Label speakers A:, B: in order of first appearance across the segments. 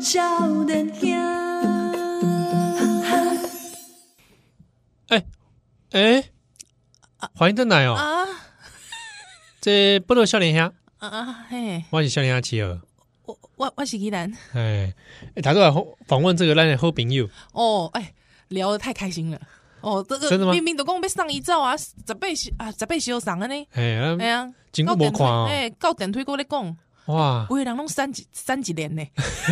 A: 少年兄。
B: 哎哎，欢迎邓来哦！
A: 啊
B: 这不如少年兄，
A: 啊嘿，
B: 我是少年兄企鹅。
A: 我我我是依兰
B: 哎，哎打出来访问这个咱的好朋友，
A: 哦，哎，聊得太开心了。哦，这
B: 真的
A: 个
B: 吗
A: 明明都讲被上一照啊，十倍修啊，十倍修上的呢。
B: 哎，咱
A: 哎呀，
B: 真久
A: 到
B: 没
A: 电
B: 看哦
A: 哎，到电推过咧讲，
B: 哇，
A: 有的人拢三几三几年呢。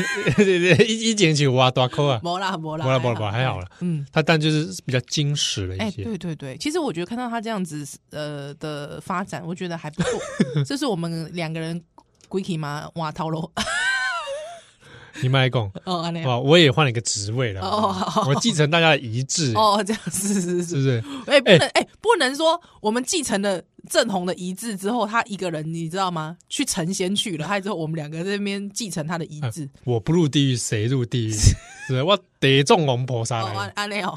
B: 一一前是哇大口啊，
A: 没啦没啦，
B: 没啦没啦没啦还好啦。
A: 嗯，
B: 他但就是比较矜持了
A: 哎，
B: 一些。
A: 对对对，其实我觉得看到他这样子呃的发展，我觉得还 不错。这是我们两个人 Guiki 嘛，哇套路
B: 你们来讲，
A: 哦，安尼啊
B: 哇，我也换了一个职位了
A: 哦好，好
B: 我继承大家的遗志，
A: 哦，这样是是
B: 是
A: 是
B: 不，是？
A: 哎、不能哎、不能说我们继承了正红的遗志之后，他一个人你知道吗？去成仙去了，还之后我们两个在那边继承他的遗志。
B: 我不入地狱，谁入地狱？是不是我得众龙菩萨
A: 哦，安
B: 来，
A: 安内哦，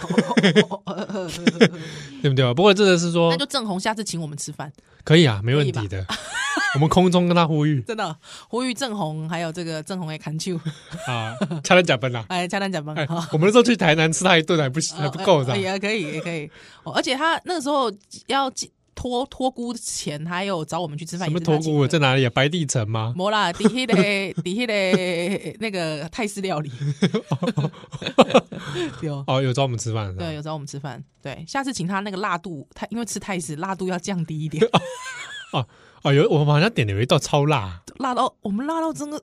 B: 对不对？不过真的是说
A: 那就正红下次请我们吃饭，
B: 可以啊，没问题的。 我们空中跟他呼吁
A: 真的呼吁正红，还有这个正红的砍球，
B: 啊，差点假奔啦！
A: 哎，加单讲吧，
B: 哎
A: 好，
B: 我们那时候去台南吃他一顿还不行，还
A: 呃
B: 不够的
A: 呃，也可以，也可以。哦而且他那个时候要寄托托孤前，还有找我们去吃饭，
B: 什么
A: 也是他
B: 头
A: 请
B: 骨
A: 的
B: 在哪里啊？白帝城吗？
A: 没啦，底迄个底迄个那个泰 式料理，对哦
B: 哦，有找我们吃饭是吧
A: 对，有找我们吃饭，对，下次请他那个辣度，他因为吃泰式，辣度要降低一点，
B: 哦，有我们好像点了有一道超辣，
A: 辣到我们辣到整个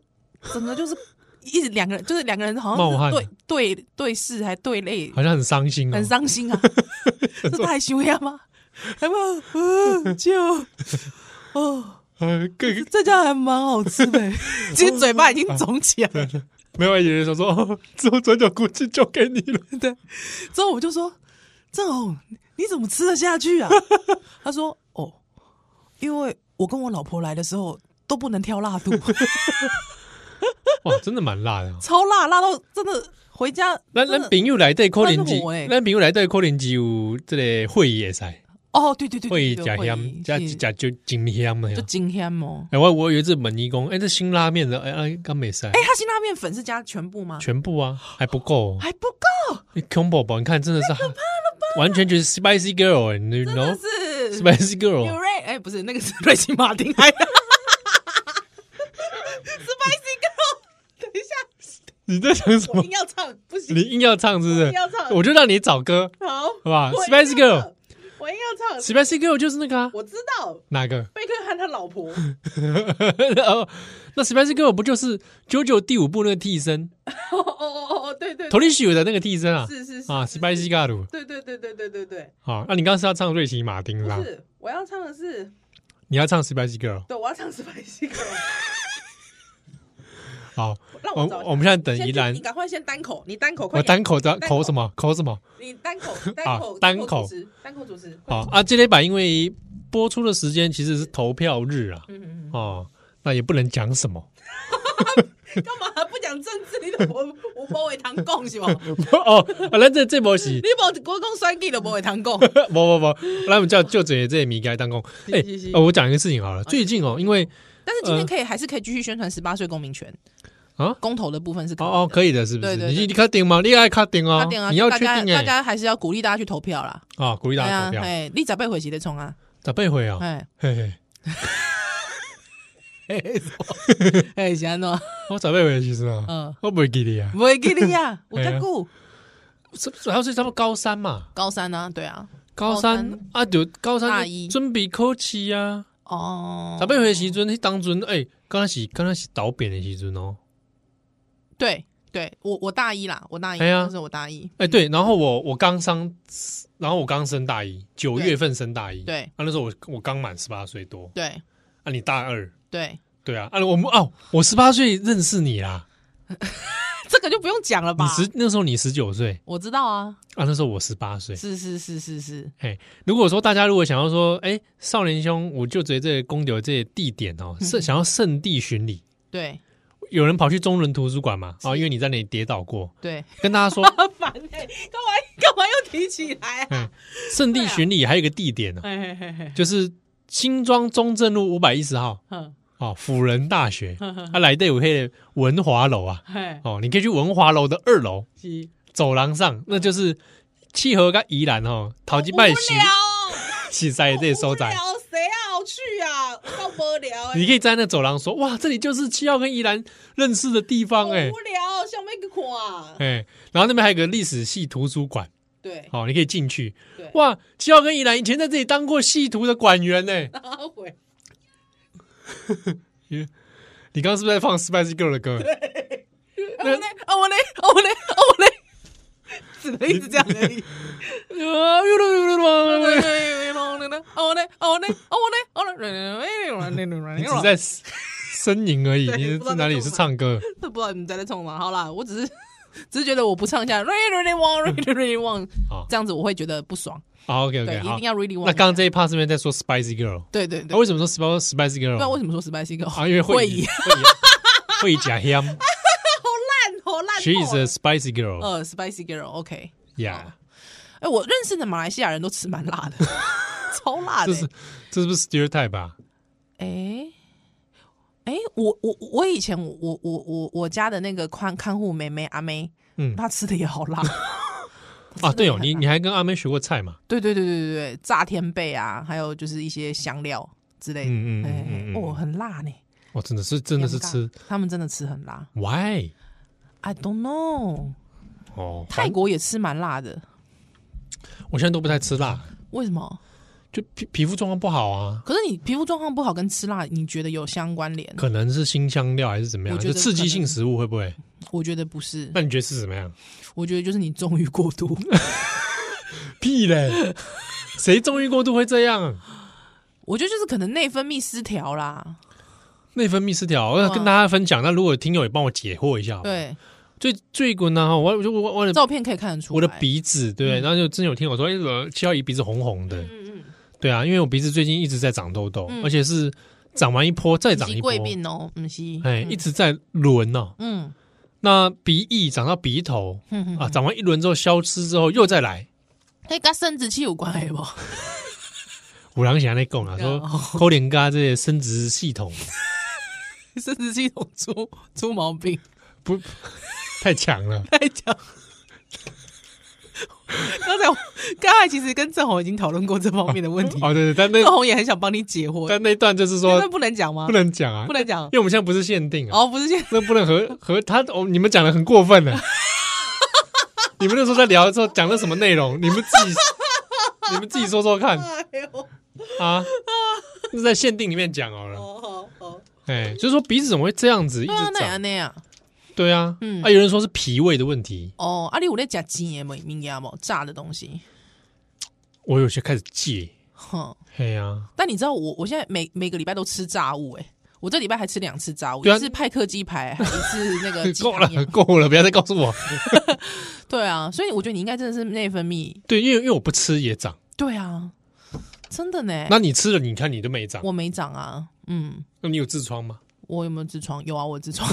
A: 整个就是一直两个人，就是两个人好
B: 冒汗
A: 像是对对对视还对泪，
B: 好像很伤心哦
A: 很。伤心啊，这太羞呀吗？有没有？嗯，就哦，
B: 呃，更
A: 这家还蛮好 吃的，其实嘴巴已经肿起来了。
B: 没有有人说说哦，之后转角国际交给你了。
A: 对，之后我就说：“郑红，你怎么吃得下去啊？” 他说：“哦，因为我跟我老婆来的时候都不能挑 辣度，
B: 哇，真的蛮辣的哦。
A: 超辣，辣到真的回家
B: 咱
A: 真的
B: 咱朋友来对可能
A: 真
B: 只
A: 的火欸，
B: 咱朋友来对可能只有这个会议会使，
A: 哦，对对对，
B: 会
A: 对
B: 议
A: 对
B: 加
A: 会
B: 香
A: 议
B: 加
A: 是
B: 加就真香的呀
A: 就。今天哦。
B: 哎，我我有一次问伊讲，哎，这辛拉面的哎哎，刚没塞
A: 哎，，他辛拉面粉是加全部吗？
B: 全部啊还不够哦，
A: 还不够，
B: 你 combo 吧，你看真的是完全就是 spicy girl，你欸 you
A: 真
B: know
A: 的是
B: spicy
A: 有
B: girl，
A: 瑞哎，不是 那个是瑞奇马丁，哎，Spicy Girl，等一下，
B: 你在想什么
A: 硬？要唱不行
B: 你，硬要唱是不是
A: 硬要？唱
B: 我就让你找歌，
A: 好，
B: 好吧
A: 我一定
B: ？Spicy
A: 要唱我一定要唱，
B: Girl，Spicy Girl 就是那个啊，
A: 我知道
B: 哪个？
A: 贝克汉他老婆，
B: 哦，那 Spicy Girl 不就是《九九》第五部那个替身，
A: 哦哦哦哦，对对，
B: 头里有的那个替身啊？
A: 是是是
B: 啊
A: 是
B: ，Spicy Girl
A: 对对对对对对对，
B: 啊，那你刚刚是要唱瑞奇马丁啦
A: 不？是，我要唱的是，
B: 你要唱 Spicy Girl？
A: 对，我要唱 Spicy Girl，
B: 好，
A: 让
B: 我
A: 我找一下
B: 我们现在等
A: 先
B: 宜
A: 去
B: 兰
A: 你，赶快先单口，你单口，快
B: 我
A: 点
B: 单口的
A: 单口
B: 口什么口什么？
A: 你单口，单口，
B: 单
A: 单
B: 口
A: 主持，单口主持，快
B: 好
A: 点，
B: 啊，这类版因为播出的时间其实是投票日啊，
A: 嗯嗯
B: 哦，那也不能讲什么
A: 嗯，干嘛不讲政治？你都无无无会通讲是吗？你
B: 哦。啊，咱这这波是，
A: 无国公选举都无会通
B: 不
A: 讲，
B: 不不，咱们叫就这这米该当工。
A: 是
B: 哎
A: 是是，
B: 呃我讲一个事情好了，最近哦，因为
A: 但是今天可以还是可以继续宣传十八岁公民权
B: 啊
A: 公投的部分是
B: 哦哦，可以的，是不是？
A: 对对
B: 你
A: 对
B: 你卡定吗？你爱卡定哦
A: 八点啊，，
B: 你要
A: 大
B: 确
A: 家
B: 定
A: 大
B: 哎
A: 家还是要鼓励大家去投票啦。
B: 啊，鼓励大
A: 对
B: 家投
A: 啊，
B: 票，
A: 哎，你十八回是咧创啊？
B: 咋背回啊？
A: 哎
B: 嘿嘿，
A: 哎，是安怎？
B: 我咋背回其实啊，
A: 嗯，
B: 我不会记得啊，
A: 袂记得呀，有遮久，
B: 是主要是他们高三嘛，
A: 高三啊，对啊，
B: 高三啊，就高三
A: 大一
B: 准备考试啊。
A: 哦，
B: 十八岁的时阵，迄当阵，诶、刚开始刚开始倒扁的时阵哦，
A: 对对，我我大一啦，我大一，
B: 哎呀
A: 那时候我大一，
B: 诶、对，然后我我刚上，然后我刚升大一，九
A: 对
B: 月份升大一，
A: 对
B: 啊，那时候我我刚满十八岁多，
A: 对
B: 啊，你大二，
A: 对，
B: 对啊，啊，我们哦，我十八岁认识你啦，
A: 这个就不用讲了吧
B: 你？十那时候你十九岁
A: 我知道啊，
B: 啊，那时候我十八岁。
A: 是是是是是，
B: 嘿，如果说大家如果想要说，诶，少年兄，我就直接这个公牛这些地点哦，
A: 嗯
B: 是想要圣地巡礼，
A: 对
B: 有人跑去中仑图书馆嘛？啊、
A: 是
B: 因为你在那里跌倒过，
A: 对，
B: 跟大家 说，
A: 麻烦哎，干嘛干嘛又提起来啊？
B: 圣地巡礼还有一个地点呢、哦
A: 嘿嘿嘿嘿，
B: 就是新庄中正路五百一十号
A: 嗯，
B: 哦，辅仁大学，
C: 嗯
B: 啊，来对有迄文华楼啊，
C: 嘿，
B: 哦，你可以去文华楼的二楼
C: 是
B: 走廊上，那就是契合跟宜兰哦，陶吉拜喜喜在这收窄，
C: 好无聊谁要去啊？好无聊欸
B: 你可以在那走廊说，哇，这里就是七号跟宜兰认识的地
C: 好
B: 方哎、
C: 无聊，想要去
A: 啊
C: 看。
B: 哎，然后那边还有个历史系图书馆，
C: 对
B: 哦，你可以进去，
C: 对，
B: 哇，七号跟宜兰以前在这里当过系图的馆员欸呢、
C: 然后回
B: 你刚刚是不是在放 Spice Girl 的歌？
A: 啊我嘞，啊我嘞，啊我嘞，啊我嘞， 只能一直这样而已。
B: 你
A: 啊我嘞，啊我嘞，啊我嘞，啊嘞，
B: 只是在呻吟而已，你是哪里是唱歌？
A: 都不知道你们在在冲嘛。好啦，我只是只是觉得我不唱一下 really really want really really want
B: 好
A: 这样子，我会觉得不爽。
B: 好，OK
A: 对，
B: OK，
A: 一
B: 啊好
A: 定。要 really want。
B: 那刚刚这一 part 是不是在说 Spicy Girl？啊
A: 对对对
B: 那，为什么说 Spicy Spicy
A: 不知道为
B: Girl？
A: 什么说 spicy 哥
B: 啊，因为
A: 会
B: 会
A: 议
B: 议会议假 him。
C: 好烂透
B: She's
C: 了
B: a spicy girl.
A: 呃 spicy girl OK。
B: Yeah，
A: 哎，我认识的马来西亚人都吃蛮辣的，超辣的
B: 这。是这是不是 stereotype 啊吧？
A: 哎哎，我我我以前我我我我我家的那个看看护妹妹阿妹，
B: 嗯
A: 她吃的也好辣。
B: 啊，对哦，
A: 很
B: 你你还跟阿妹学过菜嘛？
A: 对对对对对对，炸天贝啊，还有就是一些香料之类的，
B: 嗯嗯嗯
A: 哎
B: 嗯嗯
A: 哦，很辣呢，
B: 哦，真的是真的是
A: 尴尬
B: 吃，
A: 他们真的吃很辣。
B: why？
A: I don't know，
B: 哦，
A: 泰国也吃蛮辣的，
B: 我现在都不太吃辣，
A: 为什么？
B: 就皮皮肤状况不好啊，
A: 可是你皮肤状况不好跟吃辣，你觉得有相关联？
B: 可能是新香料还是怎么样，
A: 我觉
B: 就
A: 得
B: 刺激性食物会不会？
A: 我觉得不是，
B: 那你觉得是怎么样？
A: 我觉得就是你纵欲过度。
B: 屁 嘞！谁纵欲过度会这样？
A: 我觉得就是可能内分泌失调啦。
B: 内分泌失调，我要跟大家分享。那如果有听友也帮我解惑一下好不好，
A: 对，
B: 最最滚呢，我我我我的
A: 照片可以看得出来。
B: 我的，鼻子，对，然后就真有听友说，哎，怎么七号姨鼻子红红的？
A: 嗯嗯，
B: 对啊，因为我鼻子最近一直在长痘痘，
A: 嗯
B: 而且是长完一波再
A: 不
B: 长
A: 是
B: 一波
A: 贵，病哦，不是，
B: 哎，
A: 嗯
B: 一直在轮哦。
A: 嗯
B: 那鼻翼长到鼻头
A: 哼哼，
B: 啊，长完一轮之后消失之后又再来，
A: 那跟生殖器有关系不？
B: 五郎霞在讲啊，说
A: 哦
B: 抠脸嘎这些生殖系统
A: 生殖系统出出毛病，
B: 不 太强了，
A: 来讲。 刚才我刚才其实跟郑红已经讨论过这方面的问题，
B: 哦对对，但那
A: 郑红也很想帮你解惑，
B: 但那一段就是说
A: 那不能讲吗？
B: 不能讲啊，
A: 不能讲
B: 因为我们现在不是限定啊，
A: 哦，不是现
B: 那不能和和他哦，你们讲的很过分 了。你们那时候在聊的时候讲了什么内容？你们自 己你们自己说说看
C: 哎呦，
B: 啊，是在限定里面讲好了。
C: 好
A: 哦
C: 好好，
B: 哎，就是说鼻子怎么会这样子一直
A: 啊那样
B: 长？
A: 那样
B: 对啊，
A: 嗯
B: 啊，有人说是脾胃的问题，
A: 哦，啊，你有在讲煎的没物件不炸的东西，
B: 我有些开始戒。
A: 哼。
B: 嘿呀，
A: 但你知道我我现在每每个礼拜都吃炸物哎、我这礼拜还吃两次炸物，
B: 对啊
A: 一次派克鸡排，还有一次那个呃 鸡
B: 够
A: 汤
B: 了
A: 面。
B: 够了，不要再告诉我。
A: 对啊，所以我觉得你应该真的是内分泌。
B: 对，因为因为我不吃也长，
A: 对啊，真的呢。
B: 那你吃了，你看你都没长，
A: 我没长啊，嗯，
B: 那你有痔疮吗？
A: 我有没有痔疮？有啊，我有痔疮。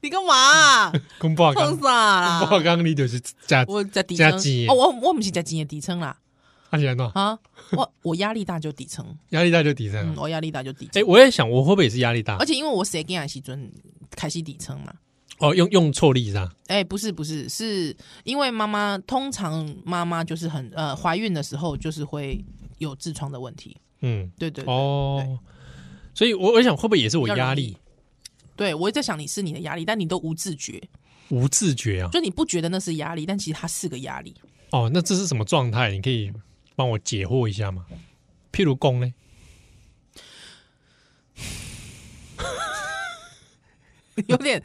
A: 你干 嘛、啊？
B: 公报
A: 碰
B: 刚
A: 啥啦？
B: 报刚你就是加
A: 啊我在底
B: 吃
A: 层
B: 鸡
A: 哦，我我不是在今的底层啦
B: 阿贤诺
A: 啊！我我压力大就底层，
B: 压力大就底层
A: 嗯，啊
B: 了。
A: 我压力大就底
B: 哎，
A: 层，
B: 我也想，我会不会也是压力大
A: 而？且因为我谁跟的时阵开始底层嘛，
B: 哦，用用错力是吧？
A: 哎、不是不是，是因为妈妈通常妈妈就是很呃怀孕的时候就是会有痔疮的问题，
B: 嗯，
A: 对对对
B: 哦，所以我我想会不会也是我压
A: 比
B: 力
A: 较对我在想你是你的压力，但你都无自觉，
B: 无自觉啊？
A: 就你不觉得那是压力，但其实它是个压力。
B: 哦，那这是什么状态？你可以帮我解惑一下吗？譬如公呢？
A: 有点。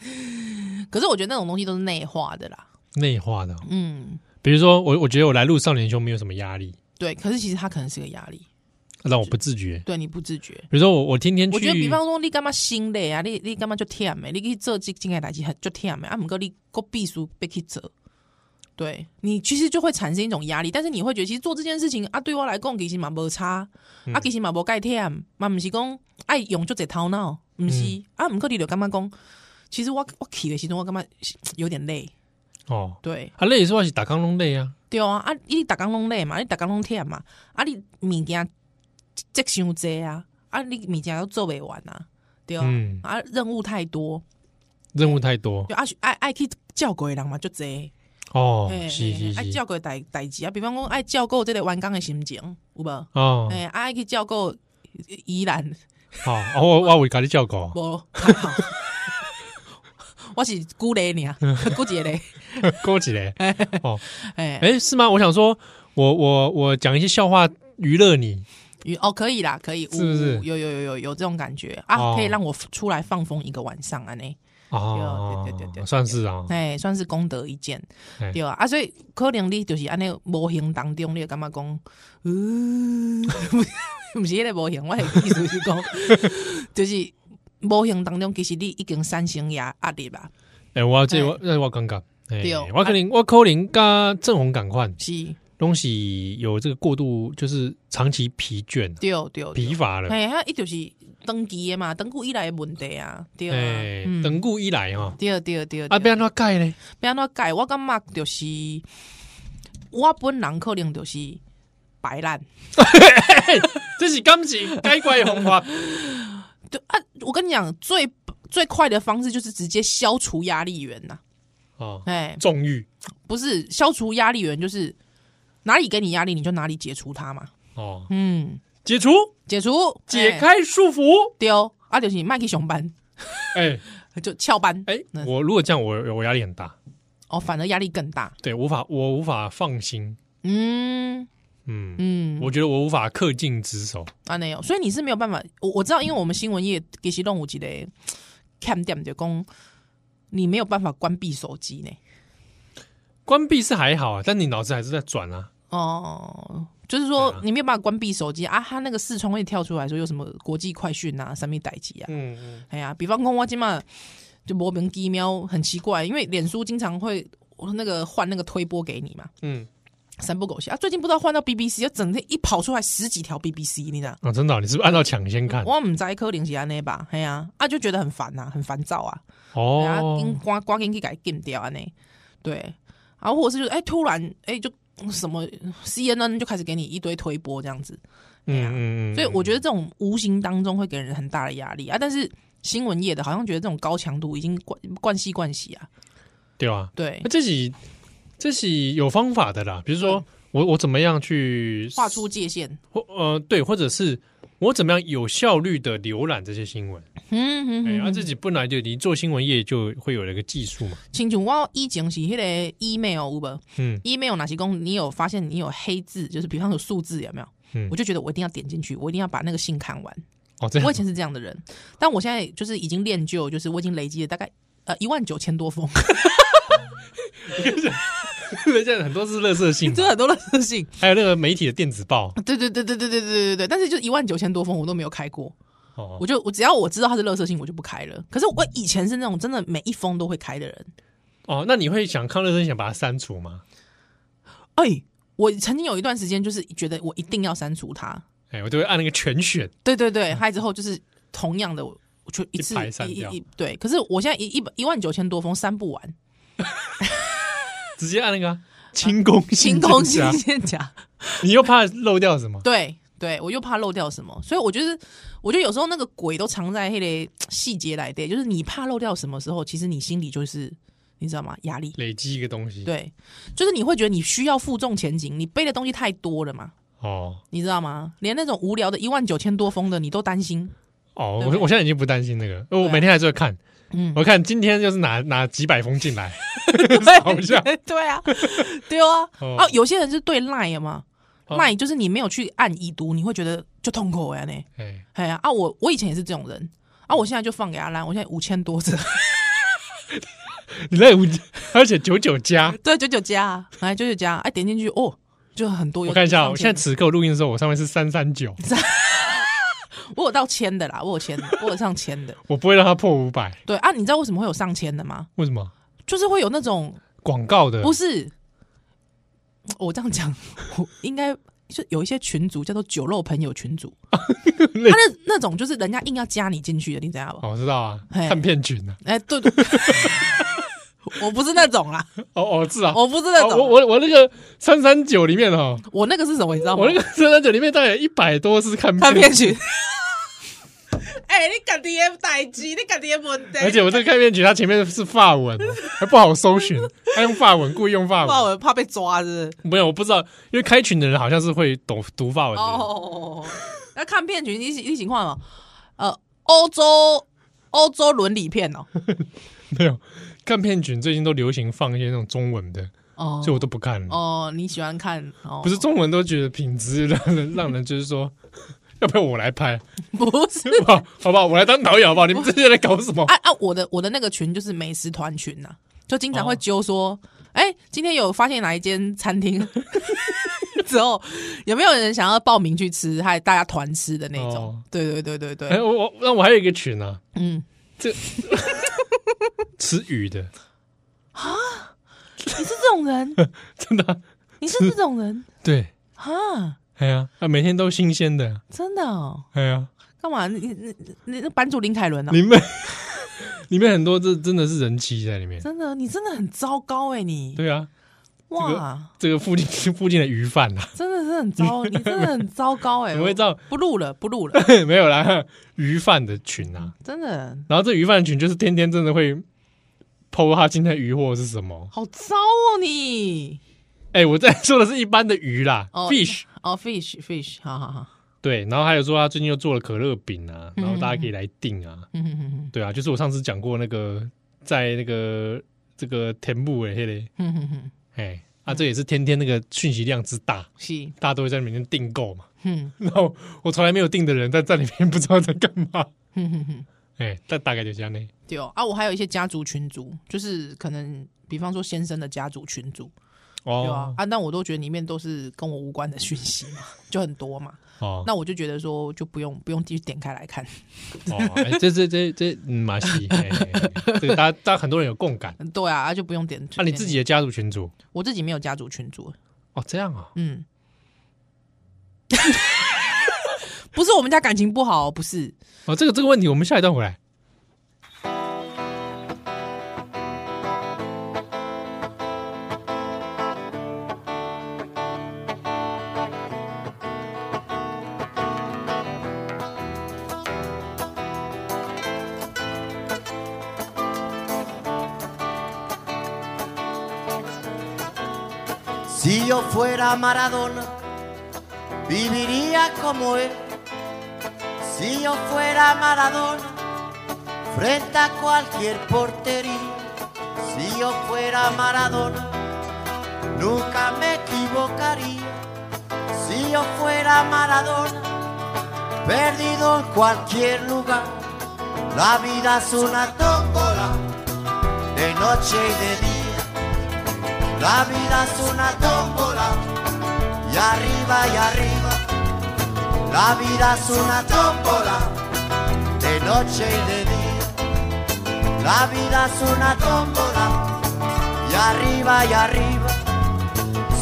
A: 可是我觉得那种东西都是内化的啦。
B: 内化的哦，
A: 嗯，
B: 比如说我我觉得我来录少年兄没有什么压力，
A: 对。可是其实它可能是个压力，
B: 让我不自觉。
A: 对你不自觉。
B: 比如说我我天天去，
A: 我觉得，比方说你干嘛心累啊，你你干嘛就忝的，你去做这这个代志很就忝的，啊，不过你个必须被去做。对你其实就会产生一种压力，但是你会觉得其实做这件事情啊，对我来讲其实嘛无差，
B: 嗯
A: 啊其实嘛无介忝，嘛不是讲爱用就这头脑，不是、
B: 嗯
A: 啊，不过你就感觉讲，其实我我去的时候我感觉有点累，
B: 哦，
A: 对，
B: 啊累是话是打康龙累啊，
A: 对啊，啊，你逐工拢累嘛，你逐工拢忝嘛，啊，你物件积伤济啊，啊，你物件都做不完啊，对啊，
B: 嗯
A: 啊任务太多，
B: 任务太多
A: 就啊爱爱去照顾的人嘛，就这，
B: 哦
A: 嘿，
B: 是
A: 嘿
B: 是
A: 爱
B: 是
A: 照顾代代志啊，比方讲爱照顾这个员工的心情，有无？
B: 哦，
A: 哎、啊爱去照顾依然
B: 好，啊我我为家己照顾，
A: 无还好， 我是孤嘞 你啊，孤姐嘞，
B: 勾起来哦，
A: 哎、
B: 哎，是吗？我想说，我我我讲一些笑话娱乐你，
A: 与哦，可以啦，可以，
B: 是不是
A: 有有有有有这种感觉啊，
B: 哦
A: 可以让我出来放风一个晚上啊，呢，
B: 哦，
A: 对对对对对
B: 算是啊，
A: 哎，算是功德一件，
B: 哎
A: 对啊，啊，所以可能你就是安尼无形当中，你就感觉讲，嗯， 不是迄个无形，我的意思是讲， 就是无形当中，其实你已经产生压压力吧，
B: 哎，我这
A: 哎
B: 我这我感觉，哎
A: 对哦，
B: 我可能我可能跟郑红赶快
A: 是，
B: 东西有这个过度，就是长期疲倦、
A: 对对，
B: 疲
A: 对
B: 乏了，
A: 哎，他伊就是登记的嘛，登久以来的问题啊，对
B: 哎
A: 啊，，嗯，
B: 等顾一来哈，
A: 对对对，
B: 啊，
A: 对
B: 不要乱盖嘞，
A: 要安怎改？我感觉就是我本人可能就是摆烂。
B: 这是感情该怪红花，
A: 对啊，我跟你讲，最最快的方式就是直接消除压力源呐、
B: 哦，
A: 哎，
B: 纵欲
A: 不是消除压力源，就是哪里给你压力，你就哪里解除它嘛。
B: 哦，
A: 嗯，
B: 解除
A: 解除
B: 解
A: 哎
B: 开束缚，
A: 丢、啊，就是麦去上班
B: 哎
A: 就翘班
B: 哎
A: 那，
B: 我如果这样，我我压力很大，
A: 哦，反而压力更大。
B: 对，无法我无法放心，
A: 嗯
B: 嗯，
A: 嗯，
B: 我觉得我无法恪尽职守，
A: 啊那有，所以你是没有办法，我我知道，因为我们新闻业其实弄有一个看点就讲，你没有办法关闭手机呢。
B: 关闭是还好啊，但你脑子还是在转啊，
A: 哦，就是说
B: 对啊
A: 你没有办法关闭手机啊，它那个视窗会跳出来说有什么国际快讯啊、三米代机啊，
B: 嗯嗯，
A: 哎呀，比方讲我今嘛就莫名其妙很奇怪，因为脸书经常会那个换那个推播给你嘛，
B: 嗯，
A: 三不狗血啊，最近不知道换到 BBC，就整天一跑出来十几条 BBC，你知道？
B: 啊，真的哦，你是不是按照抢先看？
A: 我唔知柯林是安内吧，哎呀、啊，就觉得很烦呐、很烦躁啊。然后紧
B: 哦，
A: 赶赶紧去给禁掉安尼，对，然后或者是就是哎、突然哎、就什么 CNN 就开始给你一堆推播这样子，
B: 嗯嗯嗯，
A: 哎所以我觉
B: 得
A: 得这种无形当中会给人很大的压力啊。但是新闻业的好像觉得这种高强度已经惯惯习惯习啊，
B: 对吧？
A: 对
B: 那，这是这是有方法的啦，比如说我我怎么样去
A: 划出界限，
B: 或呃，对，或者是我怎么样有效率的浏览这些新闻？
A: 嗯嗯
B: 哎、
A: 嗯，
B: 啊，自己本来就你做新闻业就会有那个技术嘛，
A: 亲像我以前是迄个 email 有无
B: 嗯，
A: ？email 哪些讲你有发现你有黑字，就是比方有数字有没有？
B: 嗯
A: 我就觉得我一定要点进去，我一定要把那个信看完。
B: 哦，这样
A: 我以前是这样的人，但我现在就是已经练就，就是我已经累积了大概呃一万九千多封，
B: 人家很多是垃圾信
A: 真
B: 嘛，
A: 的很多的事情。
B: 还有那个媒体的电子报，
A: 对对对对对对对对对，但是就一万九千多封我都没有开过，
B: 哦
A: 我就我只要我知道它是垃圾信，我就不开了。可是我以前是那种真的每一封都会开的人，
B: 哦，那你会想看热身想把它删除吗？
A: 哎，我曾经有一段时间就是觉得我一定要删除它，
B: 哎、我就会按那个全选，
A: 对对对，还之后就是同样的，我就一次
B: 嗯一排删
A: 一
B: 掉
A: 一一对，可是我现在一一百一万九千多封删不完，
B: 直接按那个 啊清宫
A: 清
B: 信
A: 空
B: 件
A: 新
B: 夹
A: 鲜夹。
B: 你又怕漏掉什么？
A: 对对，我又怕漏掉什么，所以我觉得，我觉得有时候那个鬼都藏在那个细节来的，就是你怕漏掉什么时候，其实你心里就是你知道吗？压力。
B: 累积一个东西，
A: 对，就是你会觉得你需要负重前行，你背的东西太多了嘛，
B: 哦
A: 你知道吗？连那种无聊的一万九千多封的你都 担心，
B: 哦，
A: 对不
B: 我
A: 对
B: 我现在已经不担心那个，我
A: 对啊
B: 每天还是会看，
A: 嗯，
B: 我看今天就是拿拿几百封进来，扫一下，
A: 对 对啊，对啊，
B: 哦
A: 啊，有些人是对赖嘛，
B: 哦
A: 赖就是你没有去按已读，你会觉得就痛苦呀呢，
B: 哎、
A: 哎呀啊，我我以前也是这种人。啊！我现在就放给阿兰，我现在五千多字，
B: 你那五，而且九九加。
A: 对，九九加啊，来九九加啊，哎，点进去哦，就很多。
B: 我看一下，
A: 有
B: 我
A: 上
B: 现在
A: 千
B: 此刻录音的时候，我上面是三三九，
A: 我有到千的啦，我有千的，我有上千的。
B: 我不会让它破五百。
A: 对啊，你知道为什么会有上千的吗？
B: 为什么？
A: 就是会有那种
B: 广告的
A: 不是，我这样讲，我应该就有一些群组叫做酒肉朋友 群组，他那那种就是人家硬要加你进去的，你知道吧？
B: 哦，我知道啊，
A: 嘿
B: 看片群啊。
A: 哎，对， 对我不是那种啦，
B: 哦哦，是啊，
A: 我不是那
B: 哦我
A: 种，
B: 我我那个三三九里面哦，
A: 我那个是什么，你知道 吗
B: 我那？个三三九里面大概有一百多是看
A: 看
B: 片
A: 片群，
C: 哎，你家己的代志，你家己的问题。
B: 而且我这个看面具，它前面是法文，哦还不好搜寻，它用法文，故意用法
A: 怕
B: 文。
A: 我怕被抓是不是
B: 没有，我不知道，因为开群的人好像是会懂读法文的。
C: 哦，
A: 那看片群，你你情况嘛？呃，欧洲欧洲伦理片哦，
B: 没有，看片群最近都流行放一些那种中文的，
A: 哦
B: 所以我都不看了。
A: 哦，你喜欢看哦？
B: 不是中文都觉得品质让人让人就是说， 要不要我来拍？
A: 不是
B: 好，好吧，我来当导演好不好？你们这些人在搞什 么？
A: 啊啊！我的我的那个群就是美食团群呐、就经常会揪
B: 哦
A: 说，哎、今天有发现哪一间餐厅 之后，有没有人想要报名去吃，还大家团吃的那种？
B: 哦
A: 对对对对对，
B: 哎，我我那我还有一个群啊，
A: 嗯，
B: 吃鱼的，
A: 你是这 种人，
B: 真的啊
A: 你是这种 人
B: 对，
A: 啊，
B: 哎呀，啊，每天都新鲜的，
A: 真的、哦？
B: 哎呀，
A: 干嘛？你你你那版主林凯伦啊？
B: 里面 里面很多这真的是人气在里面。
A: 真的，你真的很糟糕哎、你
B: 对啊，这
A: 哇，
B: 这个附近 附近的鱼贩啊，
A: 真的是很糟，你真的很糟糕 哎、
B: 我会照
A: 不录了，不录了，
B: 没有啦，鱼贩的群啊，
A: 真的
B: 然后这鱼贩群就是天天真的会剖他今天的鱼货是什么。
A: 好糟哦你。
B: 哎、我在说的是一般的鱼啦、
A: 哦
B: f i s h
A: 哦，fish fish，好好好，
B: 对，然后还有说他最近又做了可乐饼啊，然后大家可以来订啊。
A: 嗯哼哼
B: 对啊，就是我上次讲过那个在那个这个田布诶，嘿嘞，
A: 哼哼哼，
B: 哎
A: 嗯
B: 啊，这也是天天那个讯息量之大，
A: 是，
B: 大家都会在里面订购嘛。
A: 哼
B: 然后我从来没有订的人，但在里面不知道在干嘛。
A: 哼哼哼，
B: 哎，但大概就这样呢。
A: 对哦啊，我还有一些家族群组，就是可能比方说先生的家族群组，对啊
B: 哦，
A: 啊，那我都觉得里面都是跟我无关的讯息嘛， 就很多嘛，
B: 哦
A: 那我就觉得说就不用不用继续点开来看，
B: 哦，哎这这这这嗯马戏，哎哎哎这个大家大家很多人有共感。
A: 嗯对啊，啊就不用点。
B: 那你自己，的家族群组
A: 我自己没有家族群组，
B: 哦，这样啊，
A: 嗯。 不是我们家感情不好，不是
B: 哦，这个这个问题我们下一段回来。
D: Si yo fuera Maradona, viviría como él. Si yo fuera Maradona, frente a cualquier portería. Si yo fuera Maradona, nunca me equivocaría. Si yo fuera Maradona, perdido en cualquier lugar. La vida es una tómbola, de noche y de día. La vida es una tómbola y arriba y arriba. La vida es una tómbola de noche y de día. La vida es una tómbola y arriba y arriba.